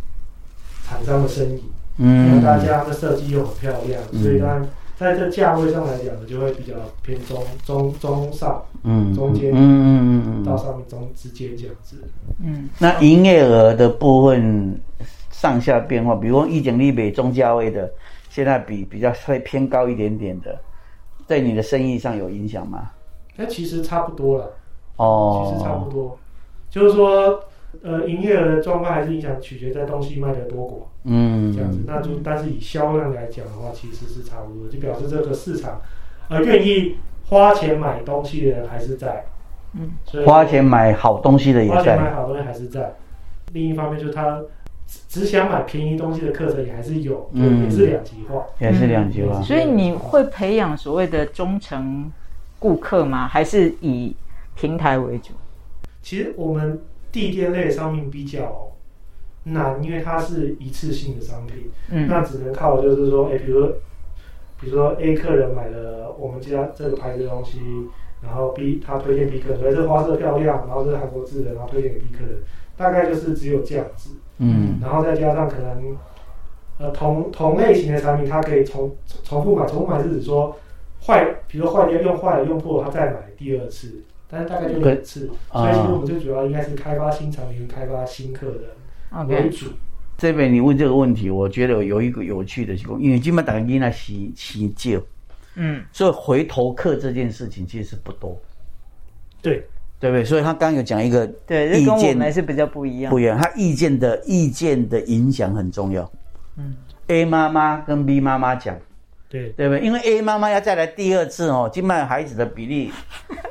[SPEAKER 3] 厂商的身影。那
[SPEAKER 1] 嗯，
[SPEAKER 3] 大家的设计又很漂亮，
[SPEAKER 1] 嗯
[SPEAKER 3] 所以当然在这价位上来讲呢，就会比较偏中中中上
[SPEAKER 1] 嗯
[SPEAKER 3] 中间
[SPEAKER 1] 嗯嗯嗯嗯
[SPEAKER 3] 到
[SPEAKER 1] 嗯。
[SPEAKER 3] 上面中之间这样子。
[SPEAKER 2] 嗯，
[SPEAKER 1] 那营业额的部分上下变化，比如说一景立北中价位的，现在比比较会偏高一点点的，对你的生意上有影响吗？
[SPEAKER 3] 那其实差不多了，
[SPEAKER 1] 哦，
[SPEAKER 3] 其实差不多，就是说。呃，营业额的状况还是影响取决在东西卖的多寡
[SPEAKER 1] 嗯，
[SPEAKER 3] 这样子，那就但是以销量来讲的话，其实是差不多，就表示这个市场，呃，愿意花钱买东西的人还是在，
[SPEAKER 2] 嗯，
[SPEAKER 3] 所以
[SPEAKER 1] 花钱买好东西的也
[SPEAKER 3] 花钱买
[SPEAKER 1] 在，
[SPEAKER 3] 好东西还是在。另一方面，就是他只只想买便宜东西的课程也还是有，
[SPEAKER 1] 嗯
[SPEAKER 3] 嗯、也是两极化。
[SPEAKER 1] 也是两句话
[SPEAKER 3] 嗯。
[SPEAKER 2] 所以你会培养所谓的忠诚顾客吗？还是以平台为主？
[SPEAKER 3] 其实我们地垫类商品比较难，因为它是一次性的商品，
[SPEAKER 2] 嗯
[SPEAKER 3] 那只能靠就是说，哎、比如说，比如说 A 客人买了我们家这个牌子的东西，然后 B 他推荐 B 客人，哎，这花色漂亮，然后这是韩国制的，然后推荐给 B 客人，大概就是只有这样子。
[SPEAKER 1] 嗯
[SPEAKER 3] 然后再加上可能，呃，同同类型的产品，它可以重重复买，重复买是指说坏，比如说坏掉用坏了用破了，它再买第二次，但是大概就两次。所以其实我
[SPEAKER 1] 啊
[SPEAKER 3] 们，最主要应该是开发新产品跟开发新客人为
[SPEAKER 2] ，OK，
[SPEAKER 3] 主。
[SPEAKER 1] 这边你问这个问题，我觉得有一个有趣的情况，因为基本打你那洗洗旧，
[SPEAKER 2] 嗯，
[SPEAKER 1] 所以回头客这件事情其实是不多，
[SPEAKER 3] 对，
[SPEAKER 1] 对不对？所以他刚刚有讲一个
[SPEAKER 2] 对，
[SPEAKER 1] 意
[SPEAKER 2] 这跟我
[SPEAKER 1] 见
[SPEAKER 2] 们是比较不一样
[SPEAKER 1] 不。一样，他意见的意见的影响很重要。
[SPEAKER 2] 嗯
[SPEAKER 1] A 妈妈跟 B 妈妈讲，
[SPEAKER 3] 对，
[SPEAKER 1] 对不对？因为 A 妈妈要再来第二次哦，今麦孩子的比例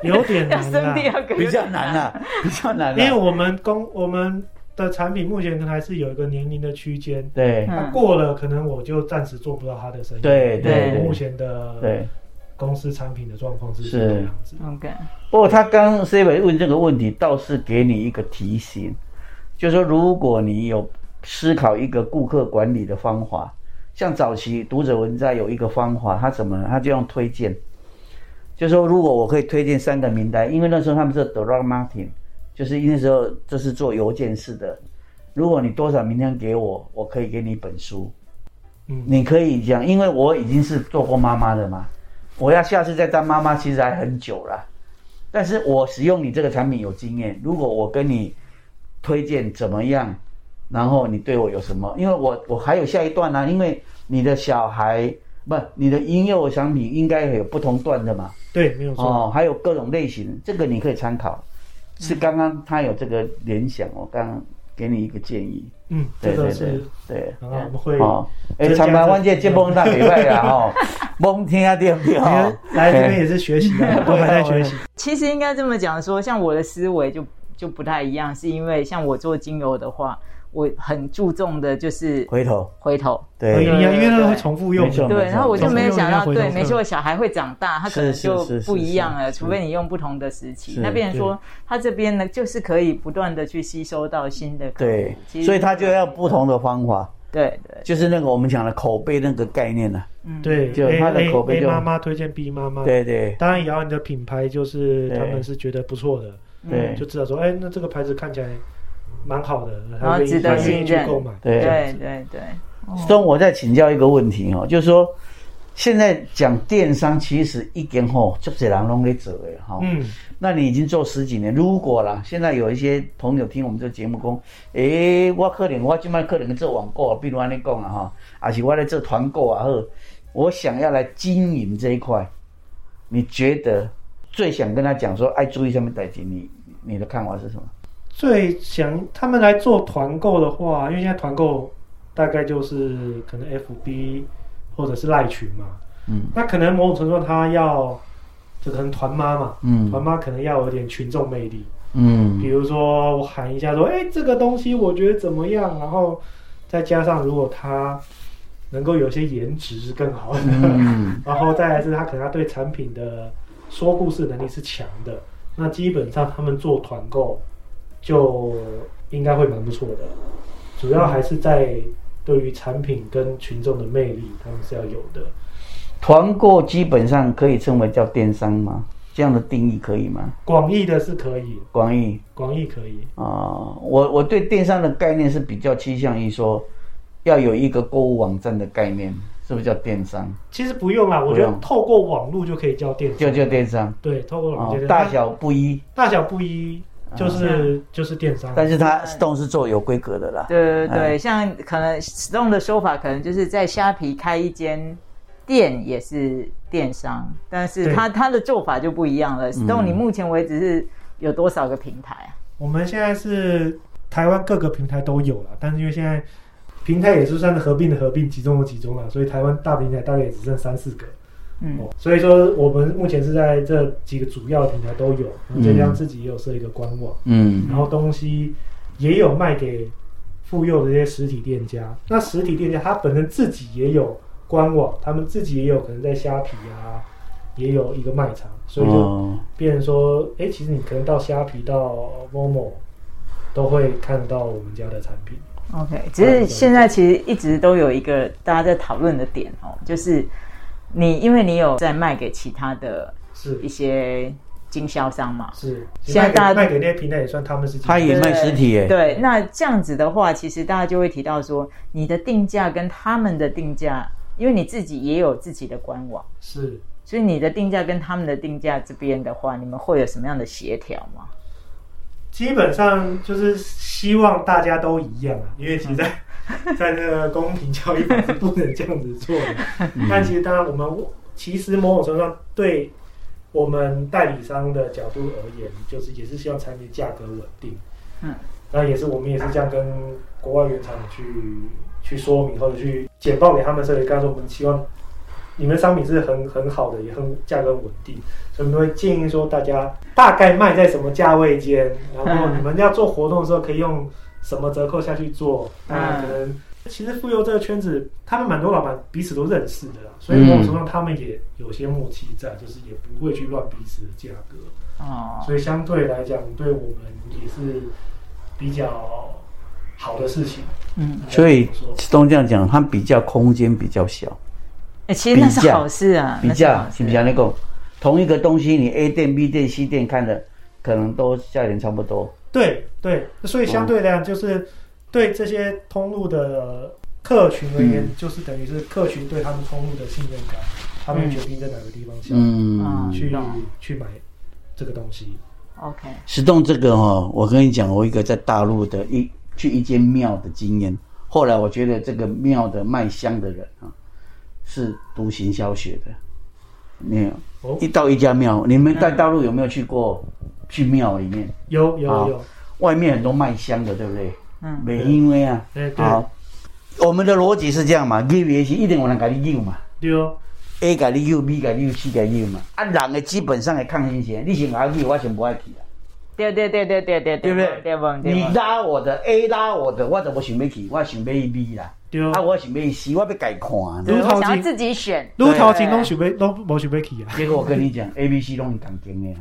[SPEAKER 3] 有 点
[SPEAKER 2] 要生第二个
[SPEAKER 1] 比较难啦、啊，比较难
[SPEAKER 3] 因为
[SPEAKER 1] 啦、
[SPEAKER 3] 我们公我们的产品目前可能还是有一个年龄的区间，
[SPEAKER 1] 对
[SPEAKER 2] 嗯
[SPEAKER 3] 它过了可能我就暂时做不到它的生意。
[SPEAKER 1] 对
[SPEAKER 2] 对
[SPEAKER 3] 目前的
[SPEAKER 1] 对。
[SPEAKER 3] 公司产品的状况是
[SPEAKER 1] 是
[SPEAKER 3] 这个样子。
[SPEAKER 2] ，OK，
[SPEAKER 1] 不过他刚刚 C 位问这个问题，倒是给你一个提醒，就是说如果你有思考一个顾客管理的方法，像早期读者文摘有一个方法，他怎么呢他就用推荐，就是说如果我可以推荐三个名单，因为那时候他们是 d o r a Martin，就是那时候这是做邮件式的，如果你多少名单给我，我可以给你一本书，
[SPEAKER 3] 嗯，
[SPEAKER 1] 你可以讲，因为我已经是做过妈妈的嘛，我要下次再当妈妈其实还很久了，但是我使用你这个产品有经验，如果我跟你推荐怎么样，然后你对我有什么？因为我我还有下一段呢、因为你的小孩不，你的婴幼儿产品应该有不同段的嘛，
[SPEAKER 3] 对，没有错。
[SPEAKER 1] 哦，还有各种类型，这个你可以参考。是刚刚他有这个联想，我刚刚给你一个建议，
[SPEAKER 3] 嗯，
[SPEAKER 1] 对
[SPEAKER 3] 这
[SPEAKER 1] 哦对
[SPEAKER 3] 个
[SPEAKER 1] 对
[SPEAKER 3] 是，
[SPEAKER 1] 对。
[SPEAKER 3] 然后我们会
[SPEAKER 1] 哦，哎，
[SPEAKER 3] 增加
[SPEAKER 1] 长白
[SPEAKER 3] 这
[SPEAKER 1] 湾这节目那袂歹 啦吼，罔听啊对不对吼？
[SPEAKER 3] 来这边也是学习啊，都还在学习。
[SPEAKER 2] 其实应该这么讲说，像我的思维就就不太一样，是因为像我做精油的话，我很注重的就是
[SPEAKER 1] 回头
[SPEAKER 2] 回头。
[SPEAKER 3] 对
[SPEAKER 1] 对
[SPEAKER 2] 对
[SPEAKER 3] 呀，因为那
[SPEAKER 2] 对
[SPEAKER 3] 会重复用
[SPEAKER 1] 没错
[SPEAKER 3] 的。
[SPEAKER 2] 对，然后我就没有想到，
[SPEAKER 3] 回头
[SPEAKER 2] 对，
[SPEAKER 3] 客
[SPEAKER 2] 没错，小孩会长大，他可能
[SPEAKER 1] 是是
[SPEAKER 2] 就是
[SPEAKER 1] 是
[SPEAKER 2] 不一样了，
[SPEAKER 1] 是
[SPEAKER 2] 除非你用不同的时期
[SPEAKER 1] 是。
[SPEAKER 2] 那变成说，他这边呢，就是可以不断的去吸收到新的客户
[SPEAKER 1] 对
[SPEAKER 2] 其，实
[SPEAKER 1] 所以他就要不同的方法，
[SPEAKER 2] 对对
[SPEAKER 1] 就是那个我们讲的口碑那个概念呢、
[SPEAKER 3] 对，
[SPEAKER 1] 就
[SPEAKER 3] A-
[SPEAKER 1] 他的
[SPEAKER 3] A-
[SPEAKER 1] 口碑
[SPEAKER 3] A
[SPEAKER 1] 就
[SPEAKER 3] 妈妈推荐 B 妈妈，，
[SPEAKER 1] 对对
[SPEAKER 3] 当然也要你的品牌，就是
[SPEAKER 1] 对
[SPEAKER 3] 他们是觉得不错的，
[SPEAKER 1] 对
[SPEAKER 3] 就知道说，哎，那这个牌子看起来蛮好的，
[SPEAKER 2] 然后
[SPEAKER 3] 他愿意
[SPEAKER 2] 值得
[SPEAKER 3] 他愿意
[SPEAKER 2] 信任
[SPEAKER 3] 去购买。
[SPEAKER 1] 对
[SPEAKER 2] 对对对，
[SPEAKER 1] 东，我再请教一个问题哦，就是说，现在讲电商，其实一间吼，足侪人拢在做的哈、哦。
[SPEAKER 3] 嗯，
[SPEAKER 1] 那你已经做十几年，如果啦，现在有一些朋友听我们这个节目讲，诶，我可能我今麦可能做网购啊，比如安尼讲啊哈，而且我在做团购啊，呵，我想要来经营这一块，你觉得最想跟他讲说，哎，注意什么代金？你你的看法是什么？
[SPEAKER 3] 最想他们来做团购的话，因为现在团购大概就是可能 FB 或者是赖群嘛，
[SPEAKER 1] 嗯
[SPEAKER 3] 那可能某种程度上他要就可能团妈嘛，团
[SPEAKER 1] 嗯
[SPEAKER 3] 妈可能要有点群众魅力，比
[SPEAKER 1] 嗯
[SPEAKER 3] 如说我喊一下说，哎、这个东西我觉得怎么样，然后再加上如果他能够有些颜值是更好的，
[SPEAKER 1] 嗯
[SPEAKER 3] 然后再来是他可能他对产品的说故事能力是强的，那基本上他们做团购就应该会蛮不错的。主要还是在对于产品跟群众的魅力，他们是要有的。
[SPEAKER 1] 团购基本上可以称为叫电商吗？这样的定义可以吗？
[SPEAKER 3] 广义的是可以，
[SPEAKER 1] 广义。
[SPEAKER 3] 广义可以，
[SPEAKER 1] 啊、我我对电商的概念是比较倾向于说，要有一个购物网站的概念，是不是叫电商？
[SPEAKER 3] 其实不用啦，我觉
[SPEAKER 1] 不
[SPEAKER 3] 得
[SPEAKER 1] 用
[SPEAKER 3] 透过网络就可以叫电商
[SPEAKER 1] 就叫电商
[SPEAKER 3] 对，透过
[SPEAKER 1] 啊、
[SPEAKER 3] 网络就可以
[SPEAKER 1] 大小嗯不一，
[SPEAKER 3] 大小不一，就是就是电商。
[SPEAKER 1] 但是它 Stone 是做有规格的啦。
[SPEAKER 2] 对对对，像可能 Stone 的说法，可能就是在虾皮开一间店也是电商，但是
[SPEAKER 3] 对
[SPEAKER 2] 他他的做法就不一样了。Stone 你目前为止是有多少个平台啊？
[SPEAKER 3] 我们现在是台湾各个平台都有了，但是因为现在平台也是算是合并的合并，集中的集中了，所以台湾大平台大概也只剩三四个。
[SPEAKER 2] 嗯
[SPEAKER 3] 哦，所以说我们目前是在这几个主要的平台都有，然后
[SPEAKER 1] 嗯
[SPEAKER 3] 再加上自己也有设一个官网，
[SPEAKER 1] 嗯
[SPEAKER 3] 然后东西也有卖给妇幼的这些实体店家。那实体店家他本身自己也有官网，他们自己也有可能在虾皮啊，也有一个卖场，所以就
[SPEAKER 1] 哦
[SPEAKER 3] 变成说，哎、其实你可能到虾皮、到 Momo 都会看到我们家的产品。
[SPEAKER 2] OK，只是现在其实一直都有一个大家在讨论的点哦，就是你因为你有在卖给其他的
[SPEAKER 3] 是
[SPEAKER 2] 一些经销商嘛，
[SPEAKER 3] 是，
[SPEAKER 2] 现在大家
[SPEAKER 3] 卖给卖给那些平台也算他们是竞争，
[SPEAKER 1] 他也卖实体耶、
[SPEAKER 2] 对，那这样子的话，其实大家就会提到说，你的定价跟他们的定价，因为你自己也有自己的官网，
[SPEAKER 3] 是
[SPEAKER 2] 所以你的定价跟他们的定价这边的话，你们会有什么样的协调吗？
[SPEAKER 3] 基本上就是希望大家都一样啊，因为其实在
[SPEAKER 2] 嗯
[SPEAKER 3] 在那个公平交易法是不能这样子做的。
[SPEAKER 2] 嗯
[SPEAKER 3] 但其实当然，我们其实某种程度上对我们代理商的角度而言，就是也是希望产品价格稳定。
[SPEAKER 2] 嗯，
[SPEAKER 3] 那也是我们也是这样跟国外原厂去去说明或者去简报给他们这里，跟他说我们希望你们的商品是很很好的，也很价格稳定，所以我们会建议说大家大概卖在什么价位间，然后你们要做活动的时候可以用什么折扣下去做，那可能。其实妇幼这个圈子，他们蛮多老板彼此都认识的啦，所以某种程度上他们也有些默契在，就是也不会去乱彼此的价格。
[SPEAKER 1] 啊
[SPEAKER 2] 哦，
[SPEAKER 3] 所以相对来讲，对我们也是比较好的事情。
[SPEAKER 2] 嗯，
[SPEAKER 1] 所以
[SPEAKER 3] 应该这么说
[SPEAKER 1] Stone 这样讲，它比较空间比较小，
[SPEAKER 2] 哎，其实那
[SPEAKER 1] 比
[SPEAKER 2] 是
[SPEAKER 1] 价
[SPEAKER 2] 好事啊，
[SPEAKER 1] 比
[SPEAKER 2] 那是
[SPEAKER 1] 较
[SPEAKER 2] 好事
[SPEAKER 1] 是比较那个同一个东西，你 A 店、B 店、C 店看的可能都价钱差不多。
[SPEAKER 3] 对对，所以
[SPEAKER 1] 嗯
[SPEAKER 3] 相对来讲，就是对这些通路的客群而
[SPEAKER 1] 嗯
[SPEAKER 3] 言，就是等于是客群对他们通路的信任感，他们决定在哪个地方下、
[SPEAKER 1] 嗯
[SPEAKER 3] 去
[SPEAKER 2] 嗯
[SPEAKER 3] 去买这个东西。
[SPEAKER 2] OK，
[SPEAKER 1] 石洞这个哈、哦，我跟你讲，我一个在大陆的一去一间庙的经验。后来我觉得这个庙的卖香的人啊，是读行销学的。没有，
[SPEAKER 3] 哦，
[SPEAKER 1] 一到一家庙，你们在大陆有没有去过？去庙里面，
[SPEAKER 3] 有有
[SPEAKER 1] 好
[SPEAKER 3] 有，
[SPEAKER 1] 外面很多卖香的，对不对？
[SPEAKER 2] 嗯，
[SPEAKER 1] 没因为啊，
[SPEAKER 3] 哎对
[SPEAKER 1] 好，我们的逻辑是这样嘛，give 也是一定有人给你 give 嘛
[SPEAKER 3] 有
[SPEAKER 1] ，A 给你 give，B 给你 give，C 给你 give 嘛。啊，人的基本上的抗性性，你先给我 give，我先不爱去啊。
[SPEAKER 2] 对对对对对对
[SPEAKER 1] 对不对？
[SPEAKER 2] 对不？
[SPEAKER 1] 你拉我的 A 拉我的，我怎么想要去？我想要 B 啦，
[SPEAKER 3] 对哦
[SPEAKER 1] 啊，我想要 C，我要改看
[SPEAKER 3] 对
[SPEAKER 1] 呢。
[SPEAKER 2] 嗯对
[SPEAKER 3] 头
[SPEAKER 2] 我想
[SPEAKER 3] 巾
[SPEAKER 2] 要自己选，
[SPEAKER 3] 撸头前拢想要拢无想要去 啊，
[SPEAKER 1] 结果我跟你讲，A、B、C 拢是同经的啦，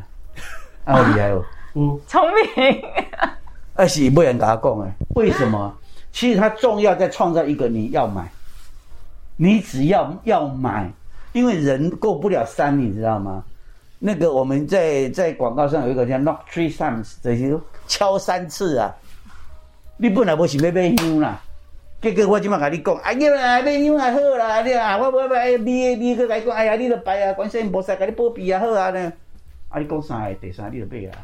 [SPEAKER 1] 啊，有厉害哦。
[SPEAKER 3] 有
[SPEAKER 2] 聪明，
[SPEAKER 1] 二是没人跟他讲哎，为什么？其实它重要在创造一个你要买，你只要要买，因为人过不了山，你知道吗？那个我们在在广告上有一个叫 knock three times，这些敲三次啊。你本来不是要买香啦，结果我即马甲你讲，哎呀啦，买香也好啦，你啊，我我买 B A B 去甲你讲，哎呀，你著拜啊，观世音菩萨甲你保庇啊，好啊呢。啊，你讲三个，第三你就买啊。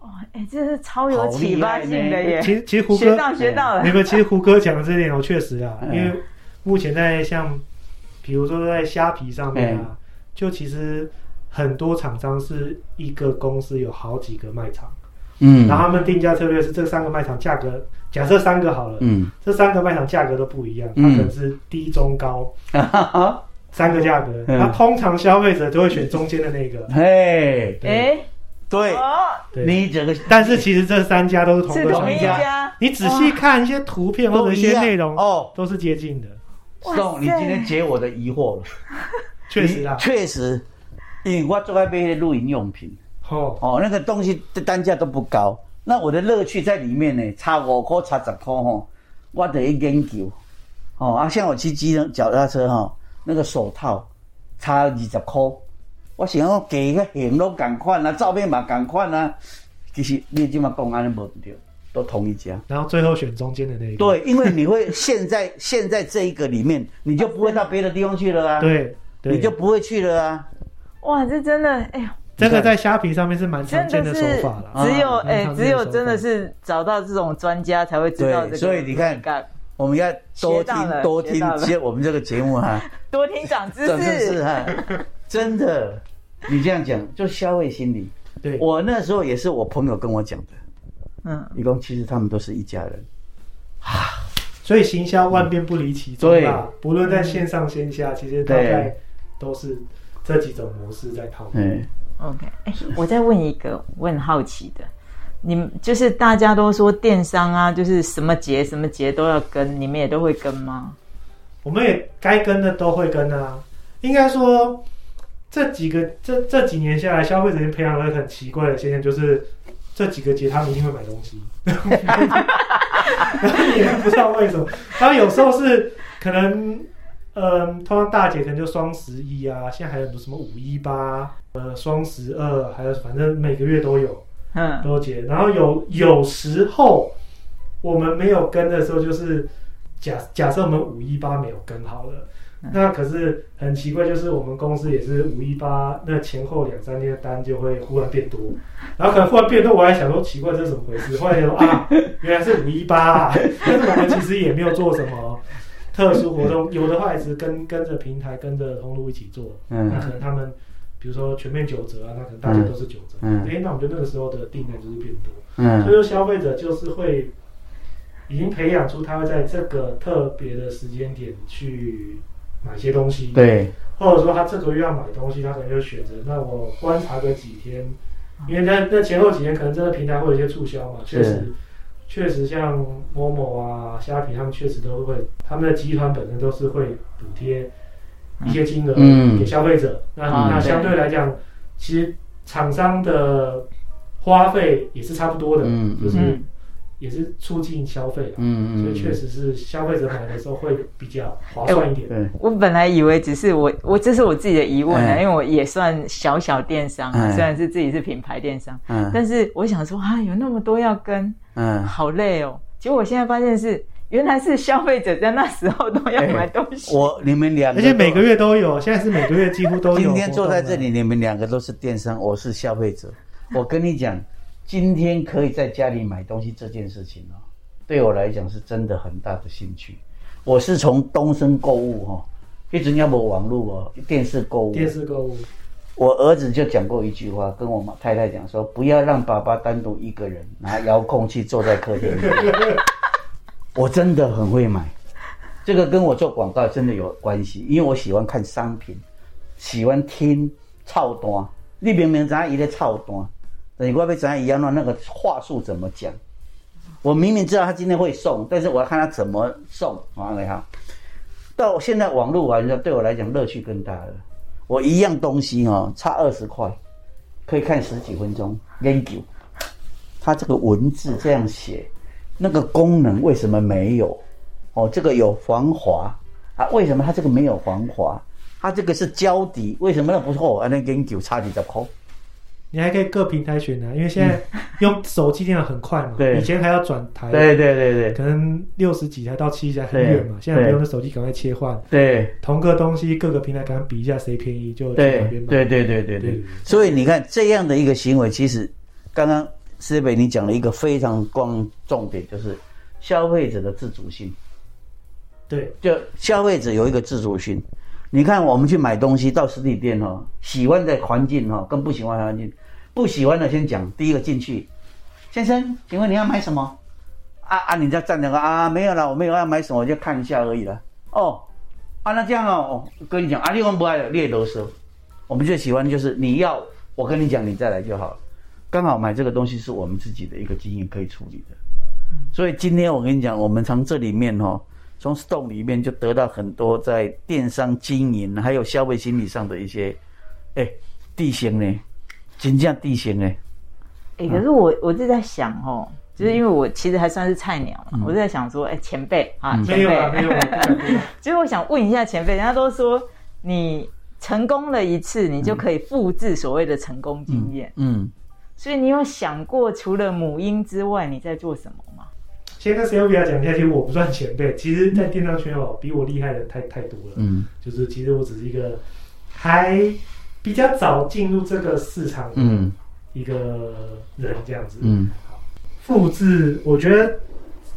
[SPEAKER 2] 哇，哎，这是超有启发性的耶！
[SPEAKER 3] 其实其实胡
[SPEAKER 2] 学
[SPEAKER 3] 歌
[SPEAKER 2] 到学到了
[SPEAKER 3] 没，有，其实胡歌讲的这点，我确实啊，因
[SPEAKER 1] 嗯
[SPEAKER 3] 为目前在像，比如说在虾皮上面
[SPEAKER 1] 嗯
[SPEAKER 3] 啊，就其实很多厂商是一个公司有好几个卖场，
[SPEAKER 1] 嗯
[SPEAKER 3] 然后他们定价策略是这三个卖场价格，假设三个好了，
[SPEAKER 1] 嗯，
[SPEAKER 3] 这三个卖场价格都不一样，它
[SPEAKER 1] 嗯
[SPEAKER 3] 可能是低、中、高
[SPEAKER 1] 哈 哈。
[SPEAKER 3] 三个价格，
[SPEAKER 1] 嗯
[SPEAKER 3] 那通常消费者都会选中间的那个，
[SPEAKER 1] 嘿，
[SPEAKER 3] 对
[SPEAKER 2] 哎，
[SPEAKER 1] 对，
[SPEAKER 2] 哦，
[SPEAKER 3] 对。
[SPEAKER 1] 你整个
[SPEAKER 3] 但是其实这三家都是同
[SPEAKER 2] 是
[SPEAKER 3] 个
[SPEAKER 1] 同
[SPEAKER 3] 厂
[SPEAKER 2] 同
[SPEAKER 1] 一
[SPEAKER 2] 一
[SPEAKER 1] 家
[SPEAKER 3] 家，
[SPEAKER 2] 家，
[SPEAKER 3] 你仔细看一些图片或
[SPEAKER 1] 都
[SPEAKER 3] 者一
[SPEAKER 1] 一
[SPEAKER 3] 些
[SPEAKER 1] 样
[SPEAKER 3] 内容，
[SPEAKER 1] 哦。
[SPEAKER 3] 都是接近的，
[SPEAKER 2] 哇
[SPEAKER 1] 宋，你
[SPEAKER 2] 塞
[SPEAKER 1] 今天解我的疑惑了，
[SPEAKER 3] 确实啊啦
[SPEAKER 1] 你，确实，因为我最爱买露营用品，
[SPEAKER 3] 哦，
[SPEAKER 1] 哦，那个东西的单价都不高，那我的乐趣在里面呢，差五块差十块吼，我得去研究，哦啊，像我骑机能脚踏车哈、那个手套差二十块，我想要给个型都赶快啊，照片嘛赶快啊，其实你今嘛讲安尼无对，都同一家。
[SPEAKER 3] 然后最后选中间的那一个，
[SPEAKER 1] 对，因为你 会现在现在这一个里面，你就不会到别的地方去了啊，，
[SPEAKER 3] 对对，
[SPEAKER 1] 你就不会去了啊。
[SPEAKER 2] 哇，这真的，哎呀，
[SPEAKER 3] 这个在虾皮上面是蛮常
[SPEAKER 2] 真
[SPEAKER 3] 见
[SPEAKER 2] 的
[SPEAKER 3] 的
[SPEAKER 2] 是
[SPEAKER 3] 手法啦。
[SPEAKER 2] 只有
[SPEAKER 1] 啊
[SPEAKER 2] 哎
[SPEAKER 3] 蛮常，见的
[SPEAKER 2] 只有
[SPEAKER 3] 手法
[SPEAKER 2] 真的是找到这种专家才会知道这个。
[SPEAKER 1] 对所以你看，我们要多
[SPEAKER 2] 学到
[SPEAKER 1] 听
[SPEAKER 2] 了
[SPEAKER 1] 多
[SPEAKER 2] 学到
[SPEAKER 1] 听
[SPEAKER 2] 了
[SPEAKER 1] 接我们这个节目 哈、啊，
[SPEAKER 2] 多听长知
[SPEAKER 1] 真的是
[SPEAKER 2] 识，
[SPEAKER 1] 哈、真的，你这样讲就消费心理。
[SPEAKER 3] 对，
[SPEAKER 1] 我那时候也是我朋友跟我讲的，
[SPEAKER 2] 嗯，
[SPEAKER 1] 一共其实他们都是一家人，
[SPEAKER 3] 所以行销万变不离其宗啦。不论在线上线下，其实大概
[SPEAKER 1] 对
[SPEAKER 3] 都是这几种模式在套用。
[SPEAKER 1] 嗯，
[SPEAKER 2] OK，哎、我再问一个，我很好奇的，你们就是大家都说电商啊，就是什么节什么节都要跟，你们也都会跟吗？
[SPEAKER 3] 我们也该跟的都会跟啊。应该说，这几个这这几年下来，消费者培养了很奇怪的现象，就是这几个节他们一定会买东西， 然后也不知道为什么。然后有时候是可能，嗯，通常大节可能就双十一啊，现在还有很多什么五一八，呃，双十二，还有反正每个月都有。
[SPEAKER 2] 嗯，
[SPEAKER 3] 多节，然后有有时候我们没有跟的时候，就是假假设我们五一八没有跟好了，
[SPEAKER 2] 嗯
[SPEAKER 3] 那可是很奇怪，就是我们公司也是五一八那前后两三天的单就会忽然变多，然后可能忽然变多，我还想说奇怪这是怎么回 事，后来想说啊原来是五一八，啊 但是我们其实也没有做什么。特殊活动有的话也是跟跟着平台跟着通路一起做，
[SPEAKER 1] 嗯
[SPEAKER 3] 那可能他们比如说全面九折啊，那可能大家都是九折，
[SPEAKER 1] 嗯
[SPEAKER 3] 哎、那我们就那个时候的订单就是变多，所
[SPEAKER 1] 嗯
[SPEAKER 3] 以说消费者就是会已经培养出他会在这个特别的时间点去买些东西，，
[SPEAKER 1] 对，
[SPEAKER 3] 或者说他这个月要买东西，他可能就选择那我观察个几天，
[SPEAKER 2] 啊
[SPEAKER 3] 因为那那前后几天可能真的平台会有一些促销嘛，确实
[SPEAKER 1] 是。
[SPEAKER 3] 确实，像某某啊、虾皮，他们确实都会，他们的集团本身都是会补贴一些金额
[SPEAKER 1] 嗯
[SPEAKER 3] 给消费者。那
[SPEAKER 2] 啊
[SPEAKER 3] 那
[SPEAKER 2] 对
[SPEAKER 3] 相对来讲，其实厂商的花费也是差不多的，
[SPEAKER 1] 嗯
[SPEAKER 3] 就是
[SPEAKER 2] 嗯
[SPEAKER 3] 也是促进消费啦，
[SPEAKER 1] 嗯
[SPEAKER 3] 所以确实是消费者买的时候会比较划算一点。
[SPEAKER 1] 对，
[SPEAKER 2] 哎我本来以为只是我，我这是我自己的疑问啊，
[SPEAKER 1] 哎
[SPEAKER 2] 因为我也算小小电商啊，
[SPEAKER 1] 哎
[SPEAKER 2] 虽然是自己是品牌电商，
[SPEAKER 3] 哎
[SPEAKER 1] 嗯
[SPEAKER 2] 但是我想说啊，有那么多要跟，
[SPEAKER 1] 嗯，
[SPEAKER 2] 好累哦。结果我现在发现是，原来是消费者在那时候都要买东西，
[SPEAKER 1] 哎我你们两个
[SPEAKER 3] 而
[SPEAKER 1] 都，
[SPEAKER 3] 且每个月都有，现在是每个月几乎都有。啊
[SPEAKER 1] 今天坐在这里，，你们两个都是电商，我是消费者。我跟你讲，今天可以在家里买东西这件事情哦，对我来讲是真的很大的兴趣。我是从东升购物哈、哦，一直要不网络哦，电视购物。
[SPEAKER 3] 电视购物，
[SPEAKER 1] 我儿子就讲过一句话，跟我妈太太讲说，不要让爸爸单独一个人拿遥控器坐在客厅里。我真的很会买，这个跟我做广告真的有关系，因为我喜欢看商品，喜欢听操单。你明明知道伊在操单，啊那你会不会怎样一样弄那个话术怎么讲？我明明知道他今天会送，但是我要看他怎么送啊！你好，到现在网络玩的对我来讲乐趣更大了。我一样东西哦，差二十块，可以看十几分钟研究。它这个文字这样写，那个功能为什么没有？哦，这个有防滑啊，为什么它这个没有防滑？它这个是胶底，为什么那不错？啊，那研究差几十块。
[SPEAKER 3] 你还可以各平台选啊，因为现在用手机电脑很快嘛，
[SPEAKER 1] 嗯对
[SPEAKER 3] 以前还要转台，
[SPEAKER 1] 对对对对
[SPEAKER 3] 可能六十几台到七十台很远嘛
[SPEAKER 1] 对，
[SPEAKER 3] 现在我们用的手机赶快切换，
[SPEAKER 1] 对。
[SPEAKER 3] 同个东西各个平台赶快比一下谁便宜就去哪边
[SPEAKER 1] 对
[SPEAKER 3] 买。
[SPEAKER 1] 对对对对对
[SPEAKER 3] 对，
[SPEAKER 1] 所以你看这样的一个行为，其实刚刚施北你讲了一个非常光重点，就是消费者的自主性，
[SPEAKER 3] 对
[SPEAKER 1] 就消费者有一个自主性。你看我们去买东西到实体店哦，喜欢的环境哦，跟不喜欢的环境，不喜欢的先讲，第一个进去，先生，请问你要买什么？啊啊，你再站两个啊，没有啦，我没有要买什么，我就看一下而已啦。哦，啊，那这样哦，我跟你讲，啊，你我们不爱猎头蛇，我们最喜欢就是你要，我跟你讲，你再来就好了。刚好买这个东西是我们自己的一个经验可以处理的，所以今天我跟你讲，我们从这里面哦，从 Stone 里面就得到很多在电商经营还有消费心理上的一些，哎，地形呢，真正地形呢，
[SPEAKER 2] 哎、可是我我是在想哦，就是因为我其实还算是菜鸟
[SPEAKER 1] 嗯
[SPEAKER 2] 嘛，我是在想说，哎、前辈啊，前辈，
[SPEAKER 3] 没有啦，没有啦，不敢不敢
[SPEAKER 2] 所以我想问一下前辈，人家都说你成功了一次，你就可以复制所谓的成功经验。
[SPEAKER 1] 嗯，
[SPEAKER 2] 所以你有想过，除了母婴之外，你在做什么吗？
[SPEAKER 3] 先跟 Sylvia 讲一下，其实我不算前辈，其实，在电商圈哦，比我厉害的人太太多了。
[SPEAKER 1] 嗯，
[SPEAKER 3] 就是其实我只是一个还比较早进入这个市场的
[SPEAKER 1] 嗯
[SPEAKER 3] 一个人这样子。
[SPEAKER 1] 嗯
[SPEAKER 3] 复制，我觉得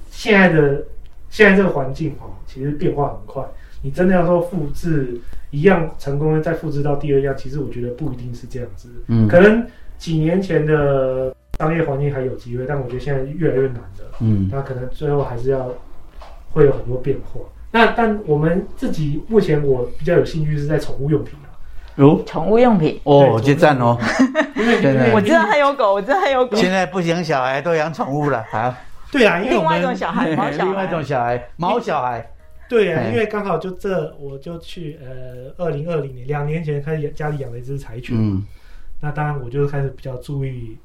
[SPEAKER 3] 现在的现在这个环境哦，其实变化很快。你真的要说复制一样成功的再复制到第二样，其实我觉得不一定是这样子。
[SPEAKER 1] 嗯
[SPEAKER 3] 可能几年前的商业环境还有机会，但我觉得现在越来越难了。
[SPEAKER 1] 嗯
[SPEAKER 3] 那可能最后还是要会有很多变化。那但我们自己目前我比较有兴趣是在宠物用品啊，
[SPEAKER 1] 如
[SPEAKER 2] 宠物用品，
[SPEAKER 1] 哦，就赞哦。
[SPEAKER 3] 因为
[SPEAKER 1] 真的
[SPEAKER 2] 我知道他有狗，我知道他有狗。
[SPEAKER 1] 现在不养小孩都养宠物了，好，
[SPEAKER 3] 对啊，因为
[SPEAKER 2] 另
[SPEAKER 3] 我
[SPEAKER 2] 外一种
[SPEAKER 3] 们
[SPEAKER 2] 小孩， 毛小
[SPEAKER 1] 哎另外一
[SPEAKER 2] 孩
[SPEAKER 1] 种，小孩，毛小孩，
[SPEAKER 3] 对啊，
[SPEAKER 1] 哎
[SPEAKER 3] 因为刚好就这我就去呃二零二零年两年前开始养家里养了一只柴犬，
[SPEAKER 1] 嗯
[SPEAKER 3] 那当然我就开始比较注意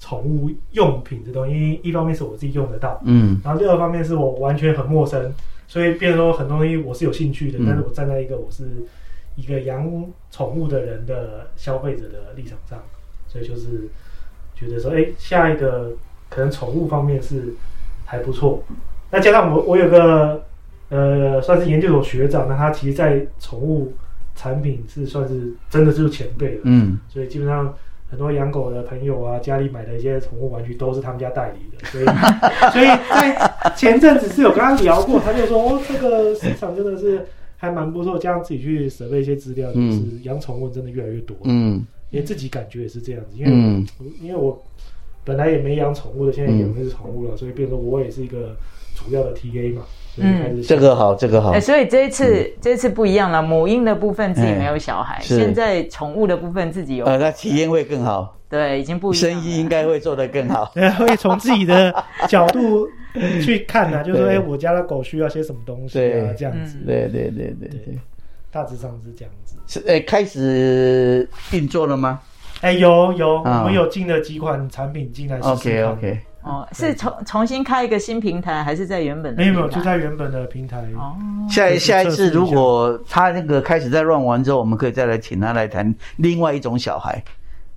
[SPEAKER 3] 宠物用品这东西，因为一方面是我自己用得到，
[SPEAKER 1] 嗯
[SPEAKER 3] 然后第二方面是我完全很陌生，所以变成说很多东西我是有兴趣的，
[SPEAKER 1] 嗯
[SPEAKER 3] 但是我站在一个我是一个养宠物的人的消费者的立场上，所以就是觉得说，哎、下一个可能宠物方面是还不错。那加上我我有个呃算是研究所学长，那他其实在宠物产品是算是真的就是前辈了，
[SPEAKER 1] 嗯，
[SPEAKER 3] 所以基本上很多养狗的朋友啊，家里买的一些宠物玩具都是他们家代理的，所以 所以在前阵子是有跟他聊过，他就说哦，这个市场真的是还蛮不错，加上自己去准备一些资料，就
[SPEAKER 1] 嗯
[SPEAKER 3] 是养宠物真的越来越多，
[SPEAKER 1] 嗯
[SPEAKER 3] 连自己感觉也是这样子，因为、
[SPEAKER 1] 嗯
[SPEAKER 3] 因为我本来也没养宠物的，现在养的是宠物了，所以变成我也是一个主要的 TA 嘛，所以开始、
[SPEAKER 1] 嗯，这个好，这个好嗯
[SPEAKER 2] 哎、，所以这一次、这次不一样了，母婴的部分自己没有小孩，
[SPEAKER 1] 哎是
[SPEAKER 2] 现在宠物的部分自己有，
[SPEAKER 1] 呃，那体验会更好，
[SPEAKER 2] 对，已经不一样了。啊
[SPEAKER 1] 生意应该会做得更好。
[SPEAKER 3] 呃， 会从自己的角度去看 呢、就是说，哎、
[SPEAKER 1] 对
[SPEAKER 3] 我家的狗需要些什么东西啊
[SPEAKER 1] 对，
[SPEAKER 3] 这样子，
[SPEAKER 2] 嗯
[SPEAKER 1] 对对对对对，
[SPEAKER 3] 大致上是这样子。
[SPEAKER 1] 是哎，开始运作了吗
[SPEAKER 3] 哎、有有，
[SPEAKER 1] 啊
[SPEAKER 3] 我们有进了几款产品进来试试
[SPEAKER 1] ？OK
[SPEAKER 3] 看
[SPEAKER 1] OK，
[SPEAKER 2] 哦，是重重新开一个新平台，还是在原本的
[SPEAKER 3] 没有没有，
[SPEAKER 2] 平
[SPEAKER 3] 就
[SPEAKER 2] 台
[SPEAKER 3] 在原本的平台。
[SPEAKER 2] 哦，
[SPEAKER 1] 下一
[SPEAKER 3] 就是
[SPEAKER 1] 下一
[SPEAKER 3] 测试
[SPEAKER 1] 次
[SPEAKER 3] 一下
[SPEAKER 1] 如果他那个开始在乱玩之后，我们可以再来请他来谈另外一种小孩，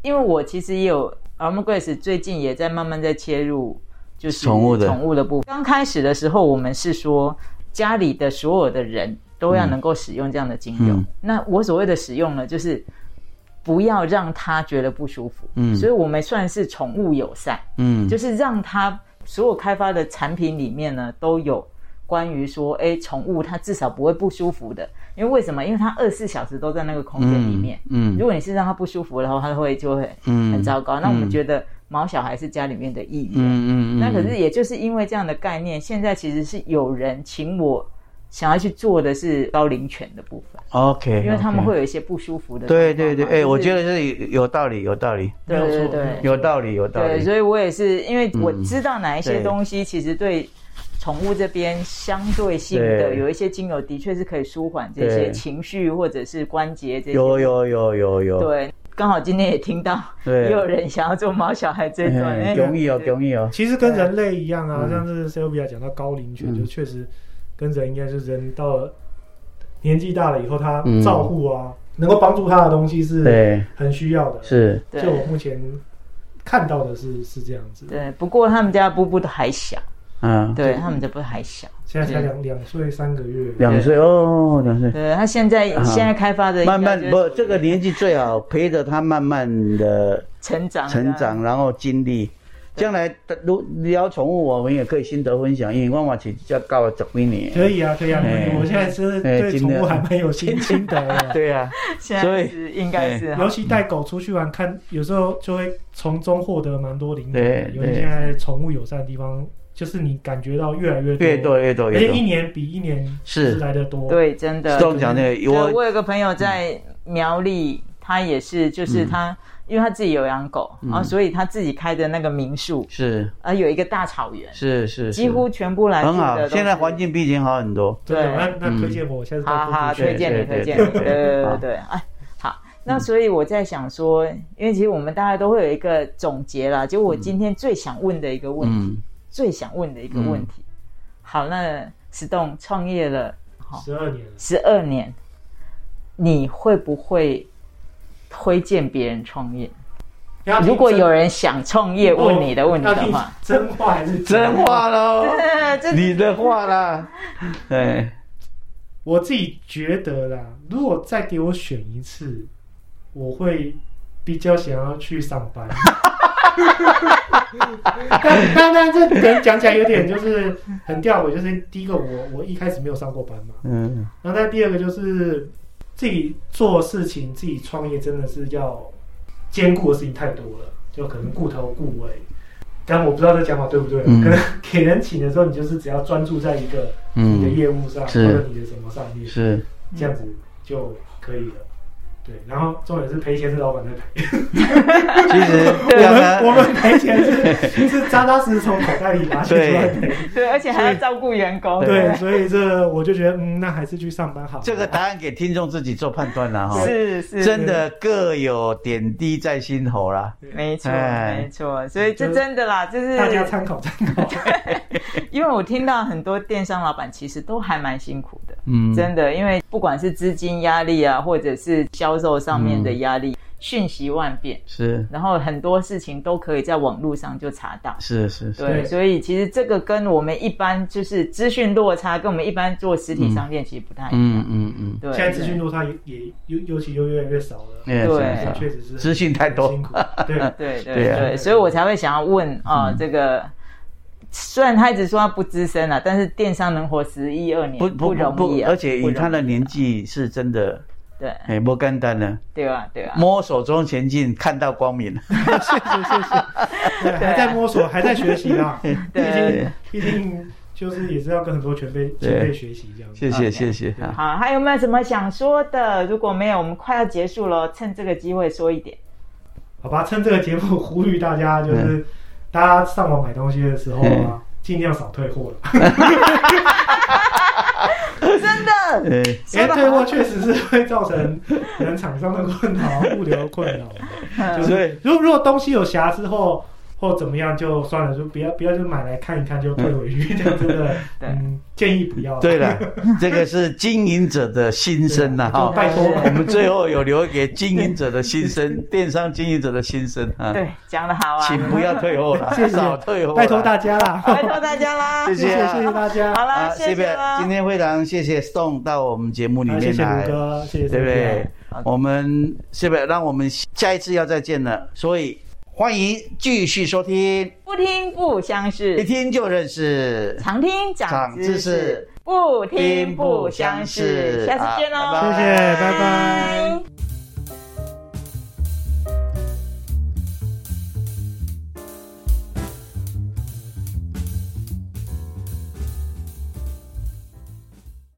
[SPEAKER 2] 因为我其实也有 Arm Grace 最近也在慢慢在切入，就是
[SPEAKER 1] 宠物的
[SPEAKER 2] 宠物的部分。刚开始的时候，我们是说家里的所有的人都要能够使用这样的精油。
[SPEAKER 1] 嗯
[SPEAKER 2] 那我所谓的使用呢，就是不要让他觉得不舒服。
[SPEAKER 1] 嗯
[SPEAKER 2] 所以我们算是宠物友善，
[SPEAKER 1] 嗯
[SPEAKER 2] 就是让他所有开发的产品里面呢都有。关于说，哎，宠物它至少不会不舒服的，因为为什么？因为它二十四小时都在那个空间里面，
[SPEAKER 1] 嗯
[SPEAKER 2] 如果你是让它不舒服，然后它会就会
[SPEAKER 1] 嗯
[SPEAKER 2] 很糟糕。那我们
[SPEAKER 1] 嗯
[SPEAKER 2] 觉得毛小孩是家里面的意义。
[SPEAKER 1] 嗯嗯嗯，
[SPEAKER 2] 那可是也就是因为这样的概念，现在其实是有人请我想要去做的是高龄犬的部分，
[SPEAKER 1] OK，
[SPEAKER 2] 因为他们
[SPEAKER 1] 哎 OK
[SPEAKER 2] 会有一些不舒服的地方嘛。
[SPEAKER 1] 对对对，哎、我觉
[SPEAKER 2] 得
[SPEAKER 1] 得是有有道理，有道理，
[SPEAKER 2] 对
[SPEAKER 3] 没有
[SPEAKER 2] 对
[SPEAKER 3] 错
[SPEAKER 2] 对
[SPEAKER 1] 有道理，有道
[SPEAKER 2] 对，
[SPEAKER 1] 理。
[SPEAKER 2] 所以我也是因为我知道哪一些
[SPEAKER 1] 对
[SPEAKER 2] 东西其实对宠物这边相对性的
[SPEAKER 1] 对
[SPEAKER 2] 有一些精油的确是可以舒缓这些
[SPEAKER 1] 对
[SPEAKER 2] 情绪或者是关节这些。
[SPEAKER 1] 有有有有有，
[SPEAKER 2] 对，刚好今天也听到
[SPEAKER 1] 对
[SPEAKER 2] 也有人想要做毛小孩这一段，哎
[SPEAKER 1] 嗯容易哦，容易哦。
[SPEAKER 3] 其实跟人类一样啊，
[SPEAKER 1] 嗯
[SPEAKER 3] 像是 Sylvia 讲到高龄犬，
[SPEAKER 1] 嗯
[SPEAKER 3] 就确实跟人应该是人到了年纪大了以后，他
[SPEAKER 1] 嗯
[SPEAKER 3] 照顾啊，能够帮助他的东西是
[SPEAKER 1] 对，
[SPEAKER 3] 很需要的。
[SPEAKER 1] 是，
[SPEAKER 2] 对
[SPEAKER 3] 就我目前看到的是是这样子，
[SPEAKER 2] 对，不过他们家布布都还小，
[SPEAKER 1] 嗯，
[SPEAKER 2] 对他们家布布还小，
[SPEAKER 3] 现在才两两岁三个月，
[SPEAKER 1] 两岁哦，两岁，
[SPEAKER 2] 对他现在、
[SPEAKER 1] 啊
[SPEAKER 2] 现在开发的应该
[SPEAKER 1] 慢慢
[SPEAKER 2] 就是
[SPEAKER 1] 不，这个年纪最好陪着他慢慢的
[SPEAKER 2] 成长
[SPEAKER 1] 成长，然后经历。将来如聊宠物，我们也可以心得分享，因为万万起较高了十几年。
[SPEAKER 3] 可以啊，可以啊，
[SPEAKER 1] 哎
[SPEAKER 3] 我现在是
[SPEAKER 1] 哎
[SPEAKER 3] 对
[SPEAKER 1] 今
[SPEAKER 3] 宠
[SPEAKER 1] 天
[SPEAKER 3] 物还蛮有心心得的。
[SPEAKER 1] 对啊，
[SPEAKER 2] 现
[SPEAKER 1] 所
[SPEAKER 2] 在
[SPEAKER 1] 以哎
[SPEAKER 2] 是应该是
[SPEAKER 3] 尤
[SPEAKER 2] 哈
[SPEAKER 3] 其带狗出去玩，看有时候就会从中获得蛮多灵感
[SPEAKER 1] 对
[SPEAKER 3] 的。尤其
[SPEAKER 1] 对
[SPEAKER 3] 现在宠物友善的地方，就是你感觉到越来越多，
[SPEAKER 1] 越多越多
[SPEAKER 3] 而
[SPEAKER 1] 越
[SPEAKER 3] 且一
[SPEAKER 1] 多。
[SPEAKER 3] 年比一年
[SPEAKER 1] 是
[SPEAKER 3] 来的多。，
[SPEAKER 2] 对，真的
[SPEAKER 1] 这种讲那
[SPEAKER 2] 对
[SPEAKER 1] 个，
[SPEAKER 2] 呃我
[SPEAKER 1] 我
[SPEAKER 2] 嗯有个朋友在苗栗，他也是，
[SPEAKER 1] 嗯
[SPEAKER 2] 就是他、因为他自己有养狗，然后所以他自己开的那个民宿，
[SPEAKER 1] 是
[SPEAKER 2] 啊有一个大草原，
[SPEAKER 1] 是是，
[SPEAKER 2] 几乎全部来
[SPEAKER 1] 很
[SPEAKER 2] 住的
[SPEAKER 1] 好。
[SPEAKER 2] 都是
[SPEAKER 1] 现在环境比以前好很多。
[SPEAKER 3] 对，
[SPEAKER 2] 对
[SPEAKER 3] 那那
[SPEAKER 1] 嗯
[SPEAKER 3] 推荐我，下次带
[SPEAKER 2] 好好，
[SPEAKER 3] 狗出
[SPEAKER 1] 对
[SPEAKER 2] 推
[SPEAKER 3] 去。
[SPEAKER 2] 荐你，
[SPEAKER 1] 对
[SPEAKER 2] 推荐
[SPEAKER 1] 对
[SPEAKER 2] 你，对
[SPEAKER 1] 对
[SPEAKER 2] 对
[SPEAKER 1] 好
[SPEAKER 2] 对对，哎，好。那所以我在想说，因为其实我们大家都会有一个总结啦，就我今天最想问的一个问题，
[SPEAKER 1] 嗯，
[SPEAKER 2] 最想问的一个问题。好，那石栋创业了好
[SPEAKER 3] 十二年了，
[SPEAKER 2] 十二年，你会不会推荐别人创业？
[SPEAKER 3] 要听
[SPEAKER 2] 如果
[SPEAKER 3] 真
[SPEAKER 2] 有人想创业问你的问题
[SPEAKER 3] 要
[SPEAKER 2] 的
[SPEAKER 3] 听
[SPEAKER 2] 话，
[SPEAKER 3] 真话还是假
[SPEAKER 1] 真？话喽，
[SPEAKER 2] 这
[SPEAKER 1] 你的话啦，哎，
[SPEAKER 3] 我自己觉得啦，如果再给我选一次，我会比较想要去上班。 但但但这可能讲起来有点就是很吊诡，就是第一个我我一开始没有上过班嘛，
[SPEAKER 1] 嗯，
[SPEAKER 3] 然后再第二个就是自己做事情、自己创业真的是要兼顾的事情太多了，就可能顾头顾尾。但我不知道这讲法对不对，啊
[SPEAKER 1] 嗯
[SPEAKER 3] 可能给人请的时候，你就是只要专注在一个你的
[SPEAKER 1] 嗯，
[SPEAKER 3] 业务上、
[SPEAKER 1] 是
[SPEAKER 3] 或者你的什么上面，
[SPEAKER 1] 是，
[SPEAKER 3] 这样子就可以了。对，然后重点是赔钱是老板在 赔，
[SPEAKER 1] 其实
[SPEAKER 3] 我
[SPEAKER 1] 要
[SPEAKER 3] 们我
[SPEAKER 1] 他，
[SPEAKER 3] 们赔钱是是扎扎实实从口袋里拿钱出来赔。
[SPEAKER 2] 对，而且还要照顾员工，
[SPEAKER 3] 对，所以这我就觉得，嗯，那还是去上班好了。
[SPEAKER 1] 这个答案给听众自己做判断啦哈，
[SPEAKER 2] 是是，
[SPEAKER 1] 真的各有点滴在心头啦，
[SPEAKER 2] 没错，
[SPEAKER 1] 哎
[SPEAKER 2] 没错，所以这
[SPEAKER 3] 就
[SPEAKER 2] 真的啦，就是
[SPEAKER 3] 大家参考参考。
[SPEAKER 2] 因为我听到很多电商老板其实都还蛮辛苦的，
[SPEAKER 1] 嗯，
[SPEAKER 2] 真的，因为不管是资金压力啊，或者是销售上面
[SPEAKER 1] 嗯
[SPEAKER 2] 的压力，瞬息万变，
[SPEAKER 1] 是
[SPEAKER 2] 然后很多事情都可以在网络上就查到。
[SPEAKER 1] 是是是，
[SPEAKER 2] 对，
[SPEAKER 3] 对
[SPEAKER 2] 所以其实这个跟我们一般就是资讯落差，跟我们一般做实体商店其实不太一样。
[SPEAKER 1] 嗯嗯嗯，
[SPEAKER 2] 对，
[SPEAKER 3] 现在资讯落差也也尤尤其又越来越少了，
[SPEAKER 1] 也
[SPEAKER 2] 对
[SPEAKER 1] 是
[SPEAKER 3] 确实是
[SPEAKER 1] 哎资讯太
[SPEAKER 3] 很
[SPEAKER 1] 多
[SPEAKER 3] 辛苦。对，
[SPEAKER 2] 对对
[SPEAKER 1] 对
[SPEAKER 2] 对
[SPEAKER 1] 啊嗯
[SPEAKER 2] 所以我才会想要问啊、这个虽然他一直说他不资深了，但是电商能活十一二年
[SPEAKER 1] 不不不
[SPEAKER 2] 容易
[SPEAKER 1] 不，
[SPEAKER 2] 啊，
[SPEAKER 1] 而且
[SPEAKER 2] 不
[SPEAKER 1] 以
[SPEAKER 2] 容易
[SPEAKER 1] 他的年纪是真的，
[SPEAKER 2] 对
[SPEAKER 1] 哎，不简单了，
[SPEAKER 2] 对吧对啊吧？
[SPEAKER 1] 摸索中前进，看到光明，
[SPEAKER 3] 对，还在摸索，还在学习啦。毕
[SPEAKER 2] 对
[SPEAKER 3] 竟毕竟就是也是要跟很多前辈
[SPEAKER 1] 对
[SPEAKER 3] 前辈学习这样子。
[SPEAKER 1] 谢谢
[SPEAKER 2] OK
[SPEAKER 1] 谢谢啊，
[SPEAKER 2] 好，还有没有什么想说的？如果没有，我们快要结束了，趁这个机会说一点。
[SPEAKER 3] 好吧，趁这个节目 呼吁大家，就是大家上网买东西的时候
[SPEAKER 1] 嗯
[SPEAKER 3] 啊， 尽量少退货 了。
[SPEAKER 2] 真的，
[SPEAKER 1] 哎，
[SPEAKER 3] 因为退货确实是会造成人厂商的困扰、物流困 扰。
[SPEAKER 2] 嗯
[SPEAKER 1] 所以
[SPEAKER 3] 如果如果东西有瑕疵或或怎么样，就算了，就不要不要就买来看一看就退回去，这样真的，
[SPEAKER 2] 对
[SPEAKER 3] 嗯，建议不要。
[SPEAKER 1] 嗯对了，这个是经营者的心声呐，哈
[SPEAKER 3] 就。拜托
[SPEAKER 2] 对
[SPEAKER 1] 我们最后有留给经营者的心声，电商经营者的心声啊，
[SPEAKER 2] 对，讲的好啊，
[SPEAKER 1] 请不要退货了，
[SPEAKER 3] 谢谢
[SPEAKER 1] 少退货啦，
[SPEAKER 3] 拜托大家啦，
[SPEAKER 2] 拜托大家啦，
[SPEAKER 1] 谢 谢
[SPEAKER 3] 谢谢
[SPEAKER 1] 啊
[SPEAKER 3] 谢谢大家，
[SPEAKER 2] 好啦，
[SPEAKER 1] 啊，
[SPEAKER 2] 谢谢啦，
[SPEAKER 1] 今天非常谢谢 Stone 到我们节目里
[SPEAKER 3] 啊谢
[SPEAKER 1] 面
[SPEAKER 3] 谢
[SPEAKER 1] 来
[SPEAKER 3] 胡，哥，谢谢
[SPEAKER 1] 对不
[SPEAKER 3] Sophia
[SPEAKER 1] 对
[SPEAKER 2] 好？的
[SPEAKER 1] 我们是不是让我们下一次要再见了？所以欢迎继续收听，
[SPEAKER 2] 不听不相
[SPEAKER 1] 一
[SPEAKER 2] 识，
[SPEAKER 1] 听就认识。
[SPEAKER 2] 常听长
[SPEAKER 1] 长知识
[SPEAKER 2] 知识，不听不相
[SPEAKER 1] 听不相识
[SPEAKER 2] 识，下次见哦
[SPEAKER 1] 好
[SPEAKER 2] 喽，
[SPEAKER 1] 拜
[SPEAKER 3] 拜谢谢拜拜。
[SPEAKER 2] 拜